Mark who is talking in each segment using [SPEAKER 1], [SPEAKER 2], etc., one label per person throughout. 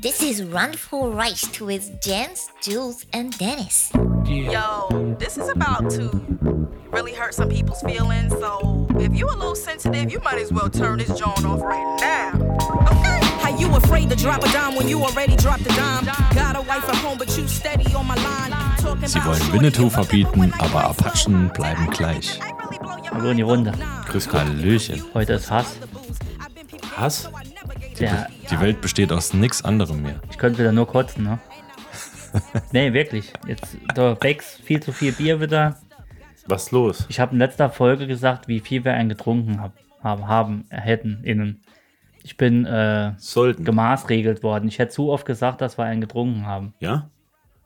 [SPEAKER 1] This is Run for Rice with Jens, Jules, and Dennis.
[SPEAKER 2] Yo, this is about to really hurt some people's feelings. So if you a little sensitive, you might as well turn this joint off right now. Okay.
[SPEAKER 3] How you afraid to drop a dime when you already dropped a dime? Got a wife at home, but you steady on my line. Talking
[SPEAKER 4] Sie
[SPEAKER 3] about
[SPEAKER 4] wollen
[SPEAKER 3] shorty,
[SPEAKER 4] Winnetou
[SPEAKER 3] you
[SPEAKER 4] verbieten,
[SPEAKER 3] looking like
[SPEAKER 4] aber
[SPEAKER 3] my
[SPEAKER 4] Apachen
[SPEAKER 3] son.
[SPEAKER 4] bleiben gleich.
[SPEAKER 5] Hallo in die Runde.
[SPEAKER 4] Grüß Gott. Hallöchen.
[SPEAKER 5] Heute ist Hass.
[SPEAKER 4] Hass?
[SPEAKER 5] Ja,
[SPEAKER 4] Die Welt besteht aus nichts anderem mehr.
[SPEAKER 5] ich könnte wieder nur kotzen, ne? nee, wirklich. Jetzt der Becks viel zu viel Bier wieder.
[SPEAKER 6] Was los?
[SPEAKER 5] Ich habe in letzter Folge gesagt, wie viel wir einen getrunken hab, haben, haben, hätten, innen. Ich bin äh,
[SPEAKER 6] Sollten.
[SPEAKER 5] gemaßregelt worden. Ich hätte zu oft gesagt, dass wir einen getrunken haben.
[SPEAKER 6] ja?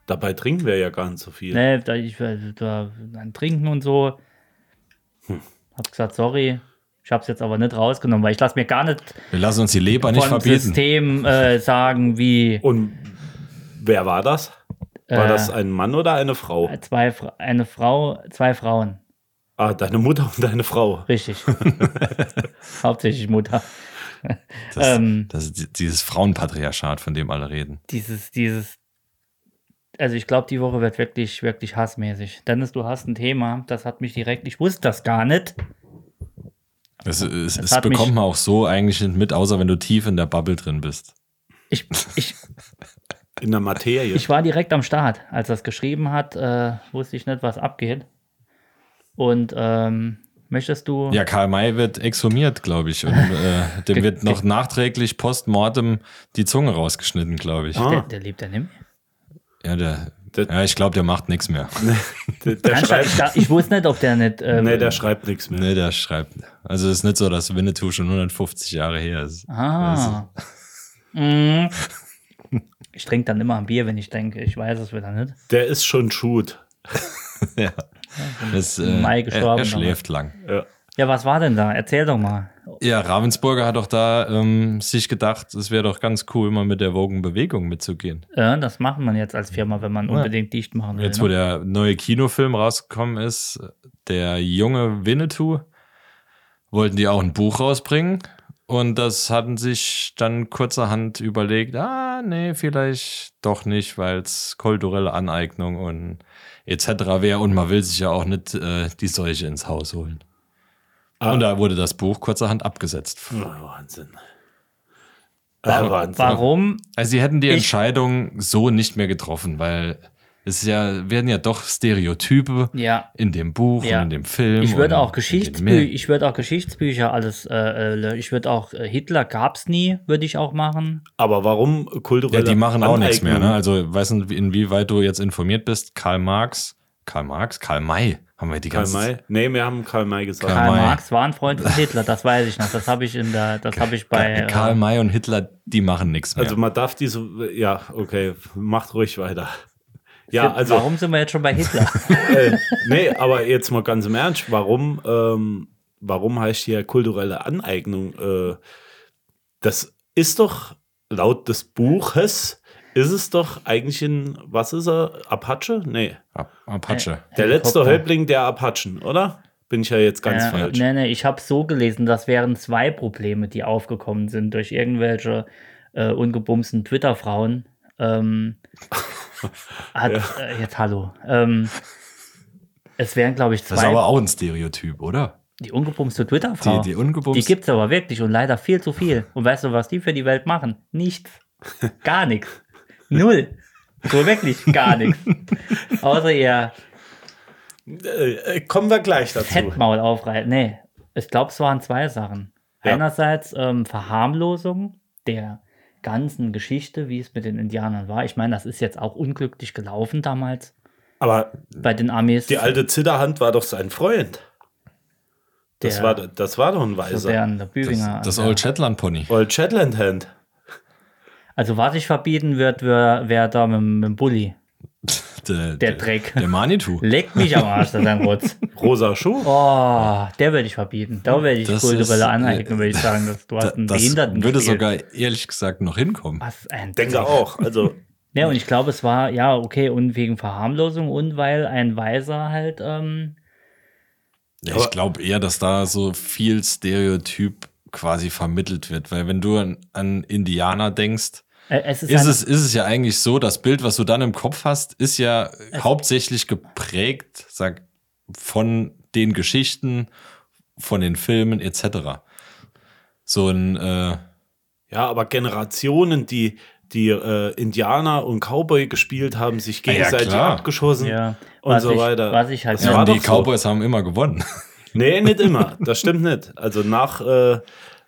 [SPEAKER 6] Dabei trinken wir ja gar nicht so viel.
[SPEAKER 5] Nee, da, ich äh, da, dann trinken und so. Hab gesagt, sorry. Ich hab's jetzt aber nicht rausgenommen, weil ich lasse mir gar nicht
[SPEAKER 4] Wir lassen uns die Leber nicht
[SPEAKER 5] vom
[SPEAKER 4] verbieten.
[SPEAKER 5] System äh, sagen, wie
[SPEAKER 6] Und wer war das? War
[SPEAKER 5] Äh.
[SPEAKER 6] das ein Mann oder eine Frau?
[SPEAKER 5] zwei, Fra- eine Frau, zwei Frauen.
[SPEAKER 6] Ah, deine Mutter und deine Frau.
[SPEAKER 5] Richtig. Hauptsächlich Mutter.
[SPEAKER 4] Das,
[SPEAKER 5] Ähm.
[SPEAKER 4] das ist di- dieses Frauenpatriarchat, von dem alle reden.
[SPEAKER 5] Dieses, dieses. Also ich glaube, die Woche wird wirklich, wirklich hassmäßig. Dennis, du hast ein Thema, das hat mich direkt, ich wusste das gar nicht.
[SPEAKER 4] Es, es, es
[SPEAKER 5] hat mich-
[SPEAKER 4] bekommt man auch so eigentlich nicht mit, außer wenn du tief in der Bubble drin bist.
[SPEAKER 5] Ich, ich,
[SPEAKER 6] In der Materie.
[SPEAKER 5] ich war direkt am Start. Als er es geschrieben hat, äh, wusste ich nicht, was abgeht. Und ähm, möchtest du.
[SPEAKER 4] Ja, Karl May wird exhumiert, glaube ich. Und äh, dem wird noch nachträglich postmortem die Zunge rausgeschnitten, glaube ich.
[SPEAKER 5] Der,
[SPEAKER 6] ah,
[SPEAKER 5] der lebt ja nicht mehr.
[SPEAKER 4] Ja, der,
[SPEAKER 6] Der-
[SPEAKER 4] ja ich glaube, der macht nichts mehr.
[SPEAKER 6] der, der,
[SPEAKER 5] Ernsthaft, ich,
[SPEAKER 6] schreibt,
[SPEAKER 5] da- ich wusste nicht, ob der nicht. Äh,
[SPEAKER 6] nee, der schreibt nichts mehr.
[SPEAKER 4] Ne, der schreibt. Also es ist nicht so, dass Winnetou schon 150 Jahre her ist.
[SPEAKER 5] Ah. Mm. Ich trinke dann immer ein Bier, wenn ich denke, ich weiß es wieder nicht.
[SPEAKER 6] Der ist schon schut.
[SPEAKER 4] ja. Ist, äh,
[SPEAKER 5] Mai
[SPEAKER 4] Er,
[SPEAKER 5] gestorben,
[SPEAKER 4] er schläft lang.
[SPEAKER 6] Ja.
[SPEAKER 5] Ja, was war denn da? Erzähl doch mal.
[SPEAKER 4] Ja, Ravensburger hat doch da ähm, sich gedacht, es wäre doch ganz cool, mal mit der Wogenbewegung mitzugehen.
[SPEAKER 5] Äh, das macht man jetzt als Firma, wenn man unbedingt dicht machen will.
[SPEAKER 4] Jetzt, wo
[SPEAKER 5] ne?
[SPEAKER 4] der neue Kinofilm rausgekommen ist, der junge Winnetou, wollten die auch ein Buch rausbringen. Und das hatten sich dann kurzerhand überlegt, ah, nee, vielleicht doch nicht, weil es kulturelle Aneignung und etc. wäre und man will sich ja auch nicht äh, die Seuche ins Haus holen.
[SPEAKER 6] Ah.
[SPEAKER 4] Und da wurde das Buch kurzerhand abgesetzt.
[SPEAKER 6] Ah, Wahnsinn. Ah, Wahnsinn.
[SPEAKER 5] Warum?
[SPEAKER 4] Also sie hätten die
[SPEAKER 5] Ich-
[SPEAKER 4] Entscheidung so nicht mehr getroffen, weil es ja werden ja doch Stereotype
[SPEAKER 5] Ja.
[SPEAKER 4] in dem Buch
[SPEAKER 5] Ja.
[SPEAKER 4] und in dem Film.
[SPEAKER 5] Ich würde
[SPEAKER 4] und
[SPEAKER 5] auch,
[SPEAKER 4] in
[SPEAKER 5] Geschichtsbü
[SPEAKER 4] dem Meer.
[SPEAKER 5] ich würd auch Geschichtsbücher alles, äh, äh, lö- ich würde auch äh, Hitler gab's nie, würde ich auch machen.
[SPEAKER 6] Aber warum
[SPEAKER 4] Ja,
[SPEAKER 6] kulturelle
[SPEAKER 4] die machen auch nichts mehr.
[SPEAKER 6] Aneignung?
[SPEAKER 4] Ne? Also weiß nicht, inwieweit du jetzt informiert bist. Karl Marx, Karl Marx, Karl May haben wir die
[SPEAKER 6] Karl
[SPEAKER 4] ganze
[SPEAKER 6] May? Nee, wir haben Karl May gesagt.
[SPEAKER 4] Also Karl
[SPEAKER 5] Karl
[SPEAKER 4] May.
[SPEAKER 5] Marx war ein Freund von Hitler, das weiß ich noch. Das habe ich in der, das habe ich bei.
[SPEAKER 4] Ka- Karl
[SPEAKER 5] äh,
[SPEAKER 4] May und Hitler, die machen nichts mehr.
[SPEAKER 6] Also man darf diese, ja, okay, macht ruhig weiter. Ja, also,
[SPEAKER 5] Warum sind wir jetzt schon bei Hitler?
[SPEAKER 6] äh, nee, aber jetzt mal ganz im Ernst, warum, ähm, warum heißt hier kulturelle Aneignung? Äh, das ist doch laut des Buches, ist es doch eigentlich ein, was ist er, Apache? Nee,
[SPEAKER 4] Ap- Apache.
[SPEAKER 5] äh,
[SPEAKER 6] der letzte
[SPEAKER 5] Helikopter.
[SPEAKER 6] Häuptling der Apachen, oder? Bin ich ja jetzt ganz
[SPEAKER 5] Äh,
[SPEAKER 6] falsch.
[SPEAKER 5] Nee, nee, ich habe so gelesen, das wären zwei Probleme, die aufgekommen sind durch irgendwelche äh, ungebumsten Twitter-Frauen. Ähm, hat, äh, jetzt hallo. Ähm, es wären, glaube ich,
[SPEAKER 4] Das ist aber
[SPEAKER 5] zwei.
[SPEAKER 4] auch ein Stereotyp, oder?
[SPEAKER 5] Die ungebumste Twitter-Frau.
[SPEAKER 4] Die- die
[SPEAKER 5] Die,
[SPEAKER 4] ungebumste-
[SPEAKER 5] die gibt es aber wirklich und leider viel zu viel. Und weißt du, was die für die Welt machen? Nichts. Gar nichts. Null. So wirklich gar nichts. Außer ihr
[SPEAKER 6] Äh, äh, kommen wir gleich dazu.
[SPEAKER 5] Fettmaul aufreißen. Nee, ich glaube, es waren zwei Sachen.
[SPEAKER 6] Ja.
[SPEAKER 5] Einerseits ähm, Verharmlosung der ganzen Geschichte, wie es mit den Indianern war. Ich meine, das ist jetzt auch unglücklich gelaufen damals
[SPEAKER 6] Aber
[SPEAKER 5] bei den Amis.
[SPEAKER 6] die alte Zitterhand war doch sein Freund. Das,
[SPEAKER 5] Der-
[SPEAKER 6] war, das war doch ein
[SPEAKER 5] also
[SPEAKER 6] Weiser.
[SPEAKER 5] der, an der Bübinger. also
[SPEAKER 4] Das, das
[SPEAKER 5] an der-
[SPEAKER 4] Old Shetland Pony.
[SPEAKER 6] Old Shetland Hand.
[SPEAKER 5] also was ich verbieten würde, wäre wär da mit, mit dem Bulli.
[SPEAKER 4] Der,
[SPEAKER 5] Der Dreck.
[SPEAKER 4] Der Manitou.
[SPEAKER 5] Leck mich am Arsch, das ist ein Rotz.
[SPEAKER 6] Rosa Schuh.
[SPEAKER 5] Oh, der würde ich verbieten. Da würde ich
[SPEAKER 4] Das ist-
[SPEAKER 5] kulturelle Aneignen, würde ich sagen. Dass du hast
[SPEAKER 4] Da-
[SPEAKER 5] einen
[SPEAKER 4] Das
[SPEAKER 5] Behinderten.
[SPEAKER 4] würde sogar ehrlich gesagt noch hinkommen.
[SPEAKER 5] Was ein
[SPEAKER 6] Denke
[SPEAKER 5] Dreck.
[SPEAKER 6] auch. Also,
[SPEAKER 5] Ja, Ne, und ich glaube, es war, ja, okay, und wegen Verharmlosung und weil ein Weiser halt, ähm,
[SPEAKER 4] Ja,
[SPEAKER 6] Aber-
[SPEAKER 4] ich glaube eher, dass da so viel Stereotyp quasi vermittelt wird, weil wenn du an, an Indianer denkst,
[SPEAKER 5] Äh, Es ist,
[SPEAKER 4] ist
[SPEAKER 5] eine,
[SPEAKER 4] es, ist es ja eigentlich so, das Bild, was du dann im Kopf hast, ist ja hauptsächlich geprägt, sag, von den Geschichten, von den Filmen etc. So ein, äh,
[SPEAKER 6] Ja, aber Generationen, die, die äh, Indianer und Cowboy gespielt haben, sich
[SPEAKER 4] ja,
[SPEAKER 6] gegenseitig
[SPEAKER 4] klar.
[SPEAKER 6] abgeschossen
[SPEAKER 5] Ja.
[SPEAKER 6] und
[SPEAKER 5] Was
[SPEAKER 6] so
[SPEAKER 5] ich-
[SPEAKER 6] weiter.
[SPEAKER 5] was ich halt-
[SPEAKER 6] das
[SPEAKER 5] Ja,
[SPEAKER 4] ja,
[SPEAKER 6] war
[SPEAKER 4] die
[SPEAKER 6] doch so.
[SPEAKER 4] Cowboys haben immer gewonnen.
[SPEAKER 6] Nee, nicht immer. Das stimmt nicht. Also nach, äh,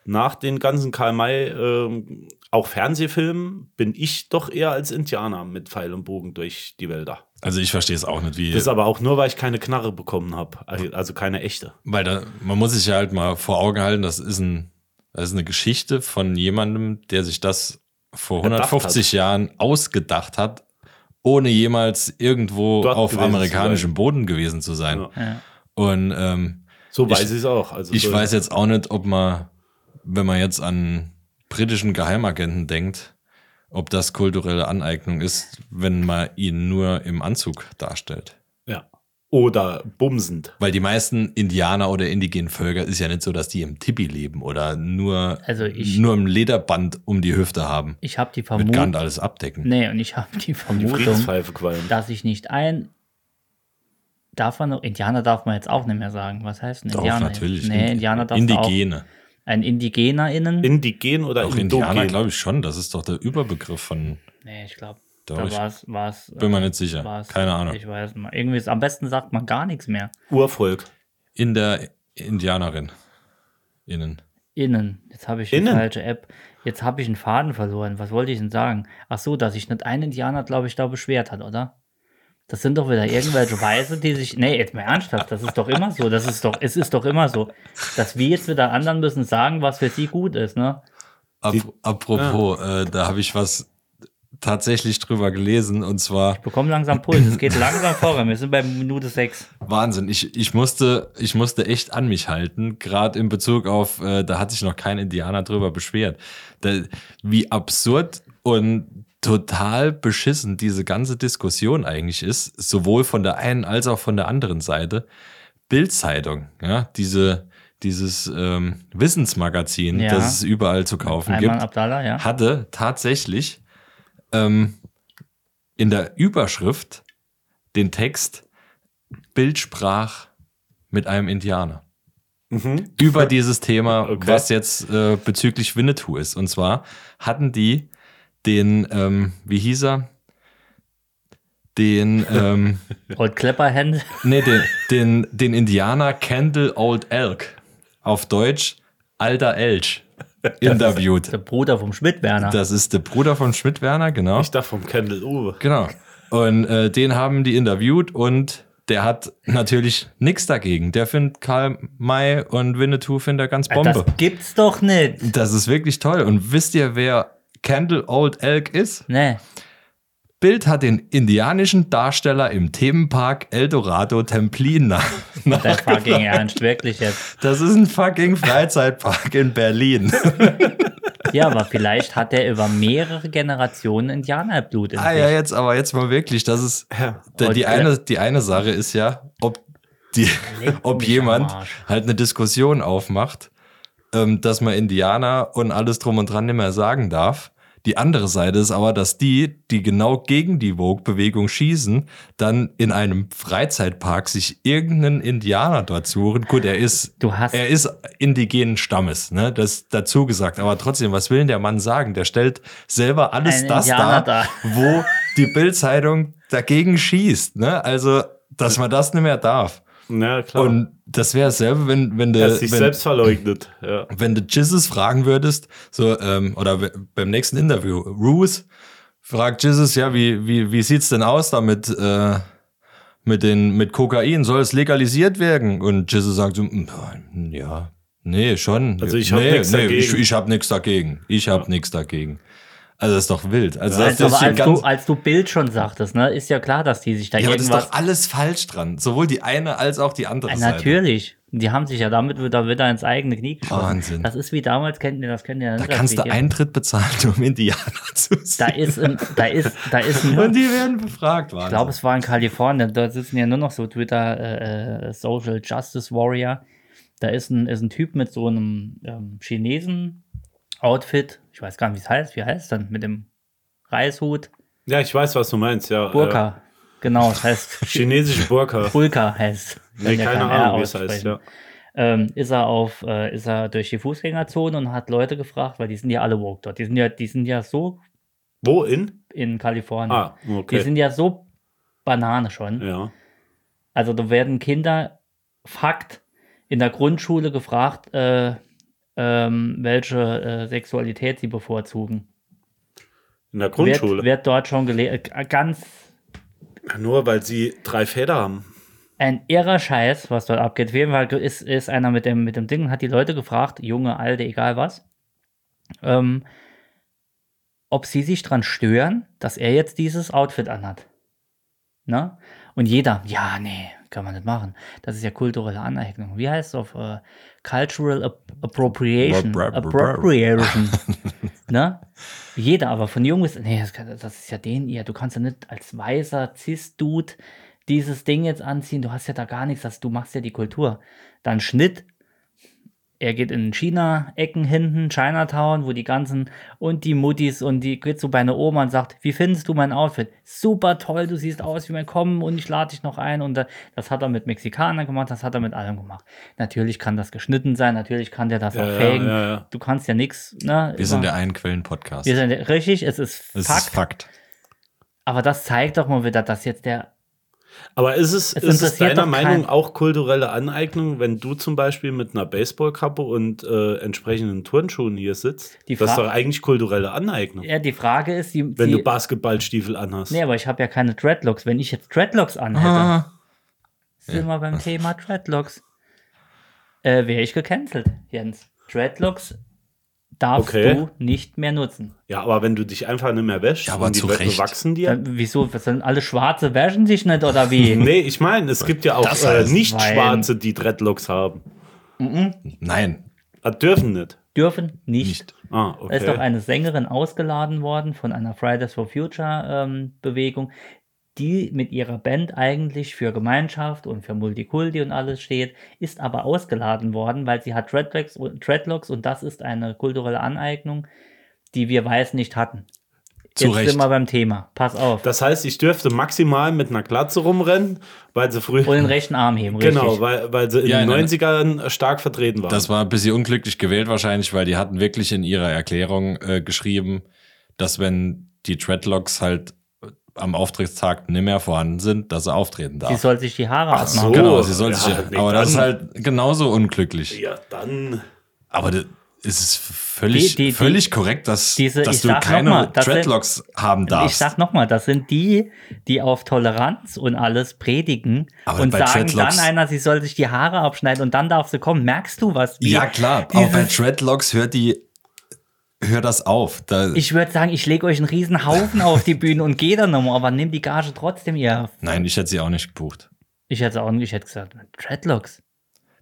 [SPEAKER 6] nach den ganzen Karl May, ähm, auch Fernsehfilmen, bin ich doch eher als Indianer mit Pfeil und Bogen durch die Wälder.
[SPEAKER 4] Also ich verstehe es auch nicht, wie.
[SPEAKER 6] Das ist aber auch nur, weil ich keine Knarre bekommen habe. Also keine echte.
[SPEAKER 4] Weil da, man muss sich ja halt mal vor Augen halten, das ist, ein, das ist eine Geschichte von jemandem, der sich das vor
[SPEAKER 6] Gedacht
[SPEAKER 4] 150 Jahren ausgedacht hat, ohne jemals irgendwo
[SPEAKER 6] Dort
[SPEAKER 4] auf
[SPEAKER 6] gewesen zu
[SPEAKER 4] amerikanischem
[SPEAKER 6] sein.
[SPEAKER 4] Boden gewesen zu sein.
[SPEAKER 6] Ja.
[SPEAKER 5] ja.
[SPEAKER 4] Und ähm,
[SPEAKER 6] So weiß ich
[SPEAKER 4] Ich-
[SPEAKER 6] es auch. Also
[SPEAKER 4] ich
[SPEAKER 6] so
[SPEAKER 4] weiß jetzt auch nicht, ob man, wenn man jetzt an britischen Geheimagenten denkt, ob das kulturelle Aneignung ist, wenn man ihn nur im Anzug darstellt.
[SPEAKER 6] Ja. Oder bumsend.
[SPEAKER 4] Weil die meisten Indianer oder indigenen Völker ist ja nicht so, dass die im Tipi leben oder nur,
[SPEAKER 5] Also ich-
[SPEAKER 4] nur im Lederband um die Hüfte haben.
[SPEAKER 5] Ich habe die
[SPEAKER 4] Wird gar nicht
[SPEAKER 5] Vermutung.
[SPEAKER 4] alles abdecken.
[SPEAKER 5] Nee, und ich habe die
[SPEAKER 6] Die
[SPEAKER 5] Vermutung,
[SPEAKER 6] Friedenspfeife qualmen.
[SPEAKER 5] dass ich nicht ein. Darf man noch, Indianer darf man jetzt auch nicht mehr sagen. Was heißt ein
[SPEAKER 4] Doch,
[SPEAKER 5] Indianer?
[SPEAKER 4] natürlich.
[SPEAKER 5] Nee,
[SPEAKER 4] Indi-
[SPEAKER 5] Indianer darf man auch.
[SPEAKER 4] Indigene.
[SPEAKER 5] Ein IndigenerInnen?
[SPEAKER 6] Indigen oder
[SPEAKER 4] Auch Indianer
[SPEAKER 6] Indogen.
[SPEAKER 4] glaube ich schon. Das ist doch der Überbegriff von.
[SPEAKER 5] nee, Ne, ich glaube,
[SPEAKER 4] Doch,
[SPEAKER 5] da
[SPEAKER 4] ich
[SPEAKER 5] war es. war's,
[SPEAKER 4] Bin
[SPEAKER 5] äh,
[SPEAKER 4] mir nicht sicher.
[SPEAKER 5] war's-
[SPEAKER 4] Keine Ahnung.
[SPEAKER 5] Ich weiß nicht. Irgendwie ist, am besten sagt man gar nichts mehr.
[SPEAKER 6] Urvolk.
[SPEAKER 4] In der Indianerin. Innen.
[SPEAKER 5] Innen. Jetzt habe ich die
[SPEAKER 6] Innen?
[SPEAKER 5] falsche App. Jetzt habe ich einen Faden verloren. Was wollte ich denn sagen? Ach so, dass sich nicht ein Indianer, glaube ich, da beschwert hat, oder? Das sind doch wieder irgendwelche Weise, die sich. Nee, jetzt mal ernsthaft, das ist doch immer so. Das ist doch, es ist doch immer so. Dass wir jetzt wieder anderen müssen sagen, was für sie gut ist, ne?
[SPEAKER 4] Ap apropos, äh, da habe ich was tatsächlich drüber gelesen und zwar
[SPEAKER 5] Bekomm langsam Puls. Es geht langsam voran. Wir sind bei Minute 6.
[SPEAKER 4] Wahnsinn. Ich, ich, musste, ich musste echt an mich halten, gerade in Bezug auf, äh, da hat sich noch kein Indianer drüber beschwert. Da, wie absurd und total beschissen diese ganze Diskussion eigentlich ist, sowohl von der einen als auch von der anderen Seite. Bildzeitung, ja, diese, dieses ähm, Wissensmagazin,
[SPEAKER 5] Ja.
[SPEAKER 4] das es überall zu kaufen
[SPEAKER 5] Einmal
[SPEAKER 4] gibt,
[SPEAKER 5] Abdallah, ja.
[SPEAKER 4] hatte tatsächlich ähm, in der Überschrift den Text Bild sprach mit einem Indianer. Über dieses Thema,
[SPEAKER 6] Okay.
[SPEAKER 4] was jetzt äh, bezüglich Winnetou ist. Und zwar hatten die den, ähm, wie hieß er? Den, ähm,
[SPEAKER 5] Old Klepperhand.
[SPEAKER 4] nee, den, den, den Indianer Candle Old Elk. Auf Deutsch alter Elch. Interviewt.
[SPEAKER 5] Der Bruder vom Schmidt Werner.
[SPEAKER 4] Das ist der Bruder von Schmidt Werner, genau.
[SPEAKER 6] Ich dachte vom Kendall Uwe.
[SPEAKER 4] genau. Und äh, den haben die interviewt und der hat natürlich nichts dagegen. Der findet Karl May und Winnetou findet er ganz Bombe.
[SPEAKER 5] Äh, das gibt's doch nicht.
[SPEAKER 4] Das, ist wirklich toll. Und wisst ihr, wer Candle Old Elk ist?
[SPEAKER 5] Nee.
[SPEAKER 4] Bild hat den indianischen Darsteller im Themenpark Eldorado Templin nach.
[SPEAKER 5] Das fucking ernst, wirklich jetzt.
[SPEAKER 4] Das ist ein fucking Freizeitpark in Berlin.
[SPEAKER 5] Ja, aber vielleicht hat er über mehrere Generationen Indianerblut in sich.
[SPEAKER 4] Ah ja, jetzt aber jetzt mal wirklich, das ist die,
[SPEAKER 5] Und
[SPEAKER 4] die
[SPEAKER 5] alle-
[SPEAKER 4] eine die eine Sache ist ja, ob die, ob
[SPEAKER 5] mich
[SPEAKER 4] jemand
[SPEAKER 5] am Arsch.
[SPEAKER 4] halt eine Diskussion aufmacht, ähm, dass man Indianer und alles drum und dran nicht mehr sagen darf. Die andere Seite ist aber, dass die, die genau gegen die Vogue-Bewegung schießen, dann in einem Freizeitpark sich irgendeinen Indianer dort suchen. Gut, er ist,
[SPEAKER 5] Du hast-
[SPEAKER 4] er ist indigenen Stammes, ne? Das dazu gesagt. Aber trotzdem, was will denn der Mann sagen? Der stellt selber alles
[SPEAKER 5] Ein
[SPEAKER 4] das
[SPEAKER 5] Indianer
[SPEAKER 4] dar,
[SPEAKER 5] da.
[SPEAKER 4] wo die Bild-Zeitung dagegen schießt, ne? Also, dass man das nicht mehr darf.
[SPEAKER 6] Na klar.
[SPEAKER 4] Und das wäre dasselbe, wenn,
[SPEAKER 6] er
[SPEAKER 4] wenn du,
[SPEAKER 5] äh,
[SPEAKER 6] hat sich
[SPEAKER 4] wenn,
[SPEAKER 6] selbst verleugnet. Ja.
[SPEAKER 4] wenn du Jesus fragen würdest, so, ähm, oder w- beim nächsten Interview, Ruth fragt Jesus, ja, wie, wie, wie sieht's denn aus damit, äh, mit den, mit Kokain? Soll es legalisiert werden? Und Jesus sagt so, "Mm, ja, nee, schon.
[SPEAKER 6] Also ich hab nix dagegen.
[SPEAKER 4] Ich, ich hab nichts dagegen. Ich hab nix dagegen. Also das ist doch wild. Also das,
[SPEAKER 5] Also,
[SPEAKER 4] das ist
[SPEAKER 5] aber
[SPEAKER 4] schon
[SPEAKER 5] als,
[SPEAKER 4] ganz,
[SPEAKER 5] du, als du Bild schon sagtest, ne, ist ja klar, dass die sich da
[SPEAKER 4] ja, aber das ist
[SPEAKER 5] irgendwas.
[SPEAKER 4] doch alles falsch dran. Sowohl die eine als auch die andere
[SPEAKER 5] Ah,
[SPEAKER 4] Seite.
[SPEAKER 5] Natürlich. Die haben sich ja damit wieder, wieder ins eigene Knie geschossen.
[SPEAKER 4] Wahnsinn.
[SPEAKER 5] Das ist wie damals, kennt ihr das, kennt ihr ja
[SPEAKER 4] Da
[SPEAKER 5] nicht, das
[SPEAKER 4] kannst du
[SPEAKER 5] Video.
[SPEAKER 4] Eintritt bezahlen, um Indianer zu
[SPEAKER 5] Da
[SPEAKER 4] sein.
[SPEAKER 5] ist, ein, da ist, da ist ein.
[SPEAKER 4] Und die werden befragt, Wahnsinn.
[SPEAKER 5] Ich glaube, es war in Kalifornien. Da sitzen ja nur noch so Twitter äh, äh, Social Justice Warrior. Da ist ein, ist ein Typ mit so einem ähm, Chinesen Outfit. Ich weiß gar nicht, wie es heißt. Wie heißt es dann mit dem Reishut,
[SPEAKER 6] Ja, ich weiß, was du meinst, ja. Äh,
[SPEAKER 5] Burka. Genau, das heißt
[SPEAKER 6] chinesische Burka.
[SPEAKER 5] Pulka heißt.
[SPEAKER 6] nee,
[SPEAKER 5] wenn wir
[SPEAKER 6] keine
[SPEAKER 5] kein R
[SPEAKER 6] Ahnung, wie es heißt,
[SPEAKER 5] aussprechen.
[SPEAKER 6] ja.
[SPEAKER 5] ähm, ist er auf, äh, ist er durch die Fußgängerzone und hat Leute gefragt, weil die sind ja alle woke dort. Die sind ja, die sind ja so
[SPEAKER 6] Wo in?
[SPEAKER 5] in Kalifornien.
[SPEAKER 6] Ah,
[SPEAKER 5] Die
[SPEAKER 6] okay.
[SPEAKER 5] sind ja so Banane schon.
[SPEAKER 6] Ja.
[SPEAKER 5] Also da werden Kinder Fakt in der Grundschule gefragt, äh, ähm, welche äh, Sexualität sie bevorzugen.
[SPEAKER 6] In der Grundschule.
[SPEAKER 5] Wird, wird dort schon gelehrt. Ganz
[SPEAKER 6] Nur weil sie drei Feder haben.
[SPEAKER 5] ein irrer Scheiß, was dort abgeht. Auf jeden Fall ist, ist einer mit dem, mit dem Ding, hat die Leute gefragt, Junge, Alte, egal was, ähm, ob sie sich dran stören, dass er jetzt dieses Outfit anhat. Ne? Und jeder, ja, nee, kann man nicht machen. Das ist ja kulturelle Aneignung. Wie heißt es auf äh, Cultural Ap Appropriation?
[SPEAKER 4] Bra- bra- bra-
[SPEAKER 5] Appropriation. ne? Jeder, aber von jung ist, nee, das, kann, das ist ja den ihr. Du kannst ja nicht als weißer Cis-Dude dieses Ding jetzt anziehen. Du hast ja da gar nichts, das, du machst ja die Kultur. Dann Schnitt. Er geht in China-Ecken hinten, Chinatown, wo die ganzen und die Muttis und die geht zu bei einer Oma und sagt, wie findest du mein Outfit? Super toll, du siehst aus wie mein Kommen und ich lade dich noch ein. Und äh, das hat er mit Mexikanern gemacht, das hat er mit allem gemacht. Natürlich kann das geschnitten sein, natürlich kann der das
[SPEAKER 6] Ja,
[SPEAKER 5] auch
[SPEAKER 6] ja,
[SPEAKER 5] fägen.
[SPEAKER 6] ja, ja.
[SPEAKER 5] Du kannst ja nichts. Ne,
[SPEAKER 4] Wir sind der Einquellen-Podcast.
[SPEAKER 5] wir sind der, richtig, es ist
[SPEAKER 4] Das
[SPEAKER 5] Fakt.
[SPEAKER 4] ist Fakt.
[SPEAKER 5] Aber das zeigt doch mal wieder, dass jetzt der.
[SPEAKER 6] Aber ist es,
[SPEAKER 5] Es
[SPEAKER 6] ist es
[SPEAKER 5] interessiert
[SPEAKER 6] deiner
[SPEAKER 5] doch keinen.
[SPEAKER 6] Meinung auch kulturelle Aneignung, wenn du zum Beispiel mit einer Baseballkappe und äh, entsprechenden Turnschuhen hier sitzt?
[SPEAKER 5] Die
[SPEAKER 6] das ist
[SPEAKER 5] Fra-
[SPEAKER 6] doch eigentlich kulturelle Aneignung,
[SPEAKER 5] Ja, die Frage ist, die,
[SPEAKER 6] wenn
[SPEAKER 5] die,
[SPEAKER 6] du Basketballstiefel anhast.
[SPEAKER 5] Nee, aber ich habe ja keine Dreadlocks. Wenn ich jetzt Dreadlocks anhätte,
[SPEAKER 4] Ah,
[SPEAKER 5] sind wir beim Thema Dreadlocks. Äh, Wäre ich gecancelt, Jens. Dreadlocks darfst
[SPEAKER 6] Okay.
[SPEAKER 5] du nicht mehr nutzen.
[SPEAKER 6] Ja, aber wenn du dich einfach nicht mehr wäschst
[SPEAKER 4] Ja, aber
[SPEAKER 6] und die
[SPEAKER 4] zu
[SPEAKER 6] Wä-
[SPEAKER 4] Recht.
[SPEAKER 6] wachsen dir.
[SPEAKER 5] Dann, Äh, wieso? Was sind alle Schwarze wäschen sich nicht oder wie?
[SPEAKER 6] nee, ich meine, es gibt ja auch
[SPEAKER 4] Das
[SPEAKER 6] äh,
[SPEAKER 4] heißt,
[SPEAKER 6] Nicht-Schwarze, die Dreadlocks haben.
[SPEAKER 4] nein,
[SPEAKER 6] Ah, dürfen nicht.
[SPEAKER 5] Dürfen nicht.
[SPEAKER 4] nicht.
[SPEAKER 6] Ah,
[SPEAKER 5] Da ist doch
[SPEAKER 6] okay.
[SPEAKER 5] eine Sängerin ausgeladen worden von einer Fridays for Future ähm, Bewegung, die mit ihrer Band eigentlich für Gemeinschaft und für Multikulti und alles steht, ist aber ausgeladen worden, weil sie hat Dreadlocks und, Dreadlocks und das ist eine kulturelle Aneignung, die wir Weißen nicht hatten.
[SPEAKER 4] Zu
[SPEAKER 5] Jetzt
[SPEAKER 4] Recht.
[SPEAKER 5] sind wir beim Thema. Pass auf.
[SPEAKER 6] Das heißt, ich dürfte maximal mit einer Glatze rumrennen, weil sie früher.
[SPEAKER 5] und den rechten Arm heben, richtig.
[SPEAKER 6] Genau, weil, weil sie in
[SPEAKER 4] Ja,
[SPEAKER 6] den
[SPEAKER 4] in einer-
[SPEAKER 6] 90ern stark vertreten waren.
[SPEAKER 4] Das war ein bisschen unglücklich gewählt wahrscheinlich, weil die hatten wirklich in ihrer Erklärung äh, geschrieben, dass wenn die Dreadlocks halt am Auftrittstag nicht mehr vorhanden sind, dass er auftreten
[SPEAKER 5] sie Oh,
[SPEAKER 4] darf.
[SPEAKER 5] soll sich die Haare
[SPEAKER 6] Ach so.
[SPEAKER 5] abmachen.
[SPEAKER 4] Genau, sie soll
[SPEAKER 6] Ja,
[SPEAKER 4] sich ja.
[SPEAKER 6] nee,
[SPEAKER 4] Aber das ist
[SPEAKER 6] dann-
[SPEAKER 4] halt genauso unglücklich.
[SPEAKER 6] ja, dann.
[SPEAKER 4] Aber das- es ist völlig,
[SPEAKER 5] Die- die-
[SPEAKER 4] völlig korrekt, dass,
[SPEAKER 5] Diese- ich
[SPEAKER 4] dass du
[SPEAKER 5] sag
[SPEAKER 4] keine
[SPEAKER 5] noch mal, das sind-
[SPEAKER 4] Dreadlocks haben
[SPEAKER 5] Ich
[SPEAKER 4] darfst.
[SPEAKER 5] sag nochmal, das sind die, die auf Toleranz und alles predigen
[SPEAKER 4] Aber
[SPEAKER 5] und
[SPEAKER 4] bei
[SPEAKER 5] sagen
[SPEAKER 4] Dreadlocks-
[SPEAKER 5] dann einer, sie soll sich die Haare abschneiden und dann darf sie kommen. Merkst du was? Wie
[SPEAKER 4] ja, klar,
[SPEAKER 5] dieses-
[SPEAKER 4] aber bei Dreadlocks hört die, hört das auf. Da,
[SPEAKER 5] ich würde sagen, ich lege euch einen riesen Haufen auf die Bühne und gehe dann nochmal, aber nimm die Gage trotzdem, ihr.
[SPEAKER 4] nein, ich hätte sie auch nicht gebucht.
[SPEAKER 5] Ich hätte auch nicht ich hätte gesagt, Dreadlocks.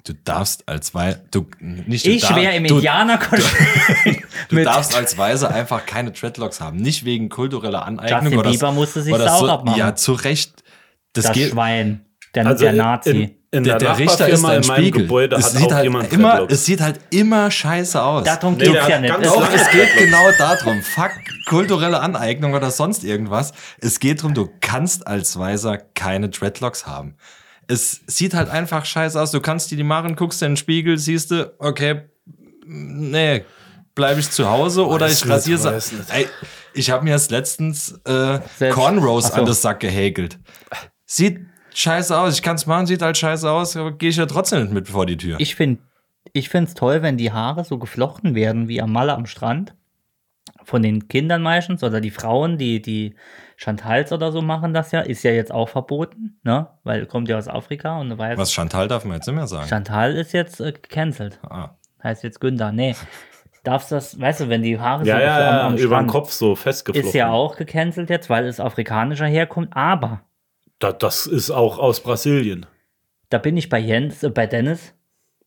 [SPEAKER 4] Du darfst als Wei du nicht du
[SPEAKER 5] Ich
[SPEAKER 4] darf-
[SPEAKER 5] wäre im
[SPEAKER 4] du,
[SPEAKER 5] Indianerkostüm.
[SPEAKER 4] du
[SPEAKER 5] mit-
[SPEAKER 4] darfst als Weise einfach keine Dreadlocks haben, nicht wegen kultureller Aneignung
[SPEAKER 5] Justin
[SPEAKER 4] oder
[SPEAKER 5] Bieber musste sich
[SPEAKER 4] oder
[SPEAKER 5] sauer
[SPEAKER 4] so,
[SPEAKER 5] abmachen.
[SPEAKER 4] Ja, zu Recht. Das,
[SPEAKER 5] Das
[SPEAKER 4] geht
[SPEAKER 5] Schwein. Der,
[SPEAKER 6] Also
[SPEAKER 5] der Nazi.
[SPEAKER 6] In, in der,
[SPEAKER 4] der, der Richter ist
[SPEAKER 6] Nachbarfirma
[SPEAKER 4] ein
[SPEAKER 6] in meinem
[SPEAKER 4] Spiegel.
[SPEAKER 6] Gebäude
[SPEAKER 4] es,
[SPEAKER 6] hat
[SPEAKER 4] sieht
[SPEAKER 6] auch
[SPEAKER 4] halt
[SPEAKER 6] jemand
[SPEAKER 4] immer,
[SPEAKER 6] Dreadlocks.
[SPEAKER 4] es sieht halt immer scheiße aus.
[SPEAKER 5] Darum
[SPEAKER 6] Nee,
[SPEAKER 5] geht's
[SPEAKER 6] der
[SPEAKER 5] ja
[SPEAKER 6] hat
[SPEAKER 5] nicht.
[SPEAKER 6] ganz
[SPEAKER 5] Es-
[SPEAKER 4] Doch,
[SPEAKER 6] lange-
[SPEAKER 4] es geht genau darum. Fuck, kulturelle Aneignung oder sonst irgendwas. Es geht darum, du kannst als Weiser keine Dreadlocks haben. Es sieht halt einfach scheiße aus. Du kannst dir die machen, guckst in den Spiegel, siehst du, okay, nee, bleibe ich zu Hause oder
[SPEAKER 6] Weiß
[SPEAKER 4] ich
[SPEAKER 6] nicht,
[SPEAKER 4] rasiere
[SPEAKER 6] weiß nicht.
[SPEAKER 4] Ey, ich habe mir jetzt letztens äh,
[SPEAKER 5] Selbst-
[SPEAKER 4] Cornrows
[SPEAKER 5] Ach so.
[SPEAKER 4] an das Sack gehäkelt. Sieht scheiße aus. Ich kann es machen, sieht halt scheiße aus, aber gehe ich ja trotzdem nicht mit vor die Tür.
[SPEAKER 5] Ich finde ich find's toll, wenn die Haare so geflochten werden wie am Malle am Strand. Von den Kindern meistens oder die Frauen, die, die Chantals oder so machen das ja, ist ja jetzt auch verboten, ne? Weil kommt ja aus Afrika und du weißt,
[SPEAKER 4] Was Chantal darf man jetzt nicht mehr sagen.
[SPEAKER 5] Chantal ist jetzt äh, gecancelt.
[SPEAKER 4] ah.
[SPEAKER 5] Heißt jetzt Günther. Nee. Darfst das, weißt du, wenn die Haare
[SPEAKER 6] ja,
[SPEAKER 5] so
[SPEAKER 6] ja,
[SPEAKER 5] geflochten
[SPEAKER 6] ja,
[SPEAKER 5] am
[SPEAKER 6] über den
[SPEAKER 5] Strand,
[SPEAKER 6] Kopf so festgeflochten.
[SPEAKER 5] ist ja auch gecancelt jetzt, weil es afrikanischer herkommt, aber
[SPEAKER 6] Da, das ist auch aus Brasilien.
[SPEAKER 5] da bin ich bei Jens, äh, bei Dennis,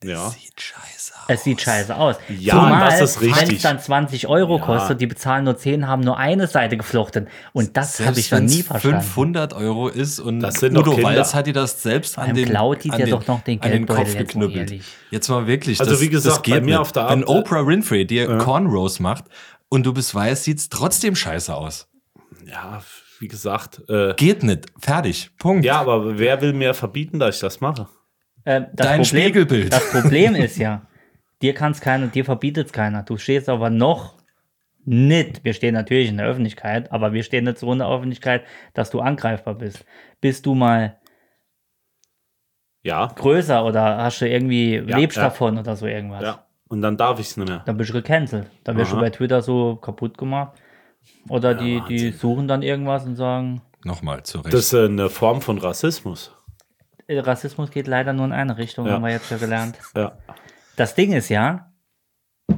[SPEAKER 6] Ja.
[SPEAKER 4] Sieht scheiße aus.
[SPEAKER 5] Es sieht scheiße aus.
[SPEAKER 6] Ja, das ist richtig.
[SPEAKER 5] Wenn es dann 20 Euro
[SPEAKER 6] Ja.
[SPEAKER 5] kostet, die bezahlen nur 10, haben nur eine Seite geflochten. Und das habe
[SPEAKER 4] Selbst
[SPEAKER 5] ich noch
[SPEAKER 4] wenn's
[SPEAKER 5] nie verstanden. Äh,
[SPEAKER 4] 500 Euro ist und
[SPEAKER 6] Das sind doch
[SPEAKER 4] Udo
[SPEAKER 6] Kinder.
[SPEAKER 4] Walz hat dir das selbst an
[SPEAKER 5] Einem
[SPEAKER 4] den,
[SPEAKER 5] klaut die
[SPEAKER 4] an
[SPEAKER 5] dir doch noch den
[SPEAKER 4] an den
[SPEAKER 5] Geldbeutel,
[SPEAKER 4] Kopf
[SPEAKER 5] jetzt mal
[SPEAKER 4] geknüppelt.
[SPEAKER 5] ehrlich.
[SPEAKER 4] Jetzt mal wirklich.
[SPEAKER 6] Also
[SPEAKER 4] das,
[SPEAKER 6] wie gesagt,
[SPEAKER 4] das geht
[SPEAKER 6] bei mir
[SPEAKER 4] nicht.
[SPEAKER 6] auf der
[SPEAKER 4] Wenn
[SPEAKER 6] Arbeit-
[SPEAKER 4] Oprah Winfrey dir Cornrows macht und du bist weiß, sieht es trotzdem scheiße aus.
[SPEAKER 6] ja, wie gesagt, äh,
[SPEAKER 4] Geht nicht. Fertig. Punkt.
[SPEAKER 6] ja, aber wer will mir verbieten, dass ich das mache?
[SPEAKER 5] Ähm, das
[SPEAKER 4] Dein
[SPEAKER 5] Problem,
[SPEAKER 4] Spiegelbild.
[SPEAKER 5] Das Problem ist ja, dir kann's keiner, dir verbietet's keiner. Du stehst aber noch nicht. Wir stehen natürlich in der Öffentlichkeit, aber wir stehen nicht so in der Öffentlichkeit, dass du angreifbar bist. Bist du mal
[SPEAKER 6] Ja,
[SPEAKER 5] größer oder hast du irgendwie lebst
[SPEAKER 6] ja.
[SPEAKER 5] davon oder so irgendwas?
[SPEAKER 6] ja. Und dann darf ich es nicht mehr.
[SPEAKER 5] Dann bist du gecancelt. Dann wirst du
[SPEAKER 6] Aha.
[SPEAKER 5] bei Twitter so kaputt gemacht. Oder die, die suchen dann irgendwas und sagen,
[SPEAKER 4] Nochmal zurecht.
[SPEAKER 6] Das ist äh, eine Form von Rassismus.
[SPEAKER 5] äh, Rassismus geht leider nur in eine Richtung,
[SPEAKER 6] Ja.
[SPEAKER 5] haben wir jetzt ja gelernt.
[SPEAKER 6] Ja.
[SPEAKER 5] Das Ding ist ja,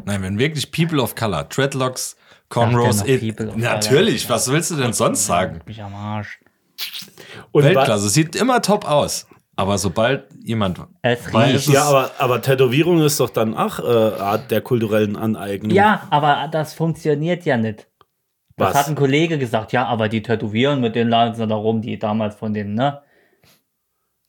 [SPEAKER 4] Nein, wenn wirklich People of Color, Dreadlocks, Cornrows,
[SPEAKER 5] Ach, dennoch
[SPEAKER 4] it-
[SPEAKER 5] People of
[SPEAKER 4] natürlich,
[SPEAKER 5] Color.
[SPEAKER 4] was willst du denn sonst sagen?
[SPEAKER 5] mich am Arsch.
[SPEAKER 6] Und wa-
[SPEAKER 4] Weltklasse, sieht immer top aus. Aber sobald jemand
[SPEAKER 5] Es
[SPEAKER 4] weiß,
[SPEAKER 5] riecht.
[SPEAKER 6] Ja, aber, aber Tätowierung ist doch dann ach, äh, Art der kulturellen Aneignung.
[SPEAKER 5] Ja, aber das funktioniert ja nicht. Das
[SPEAKER 6] Was?
[SPEAKER 5] hat ein Kollege gesagt, ja, aber die tätowieren mit den Lanzen da rum, die damals von den, ne?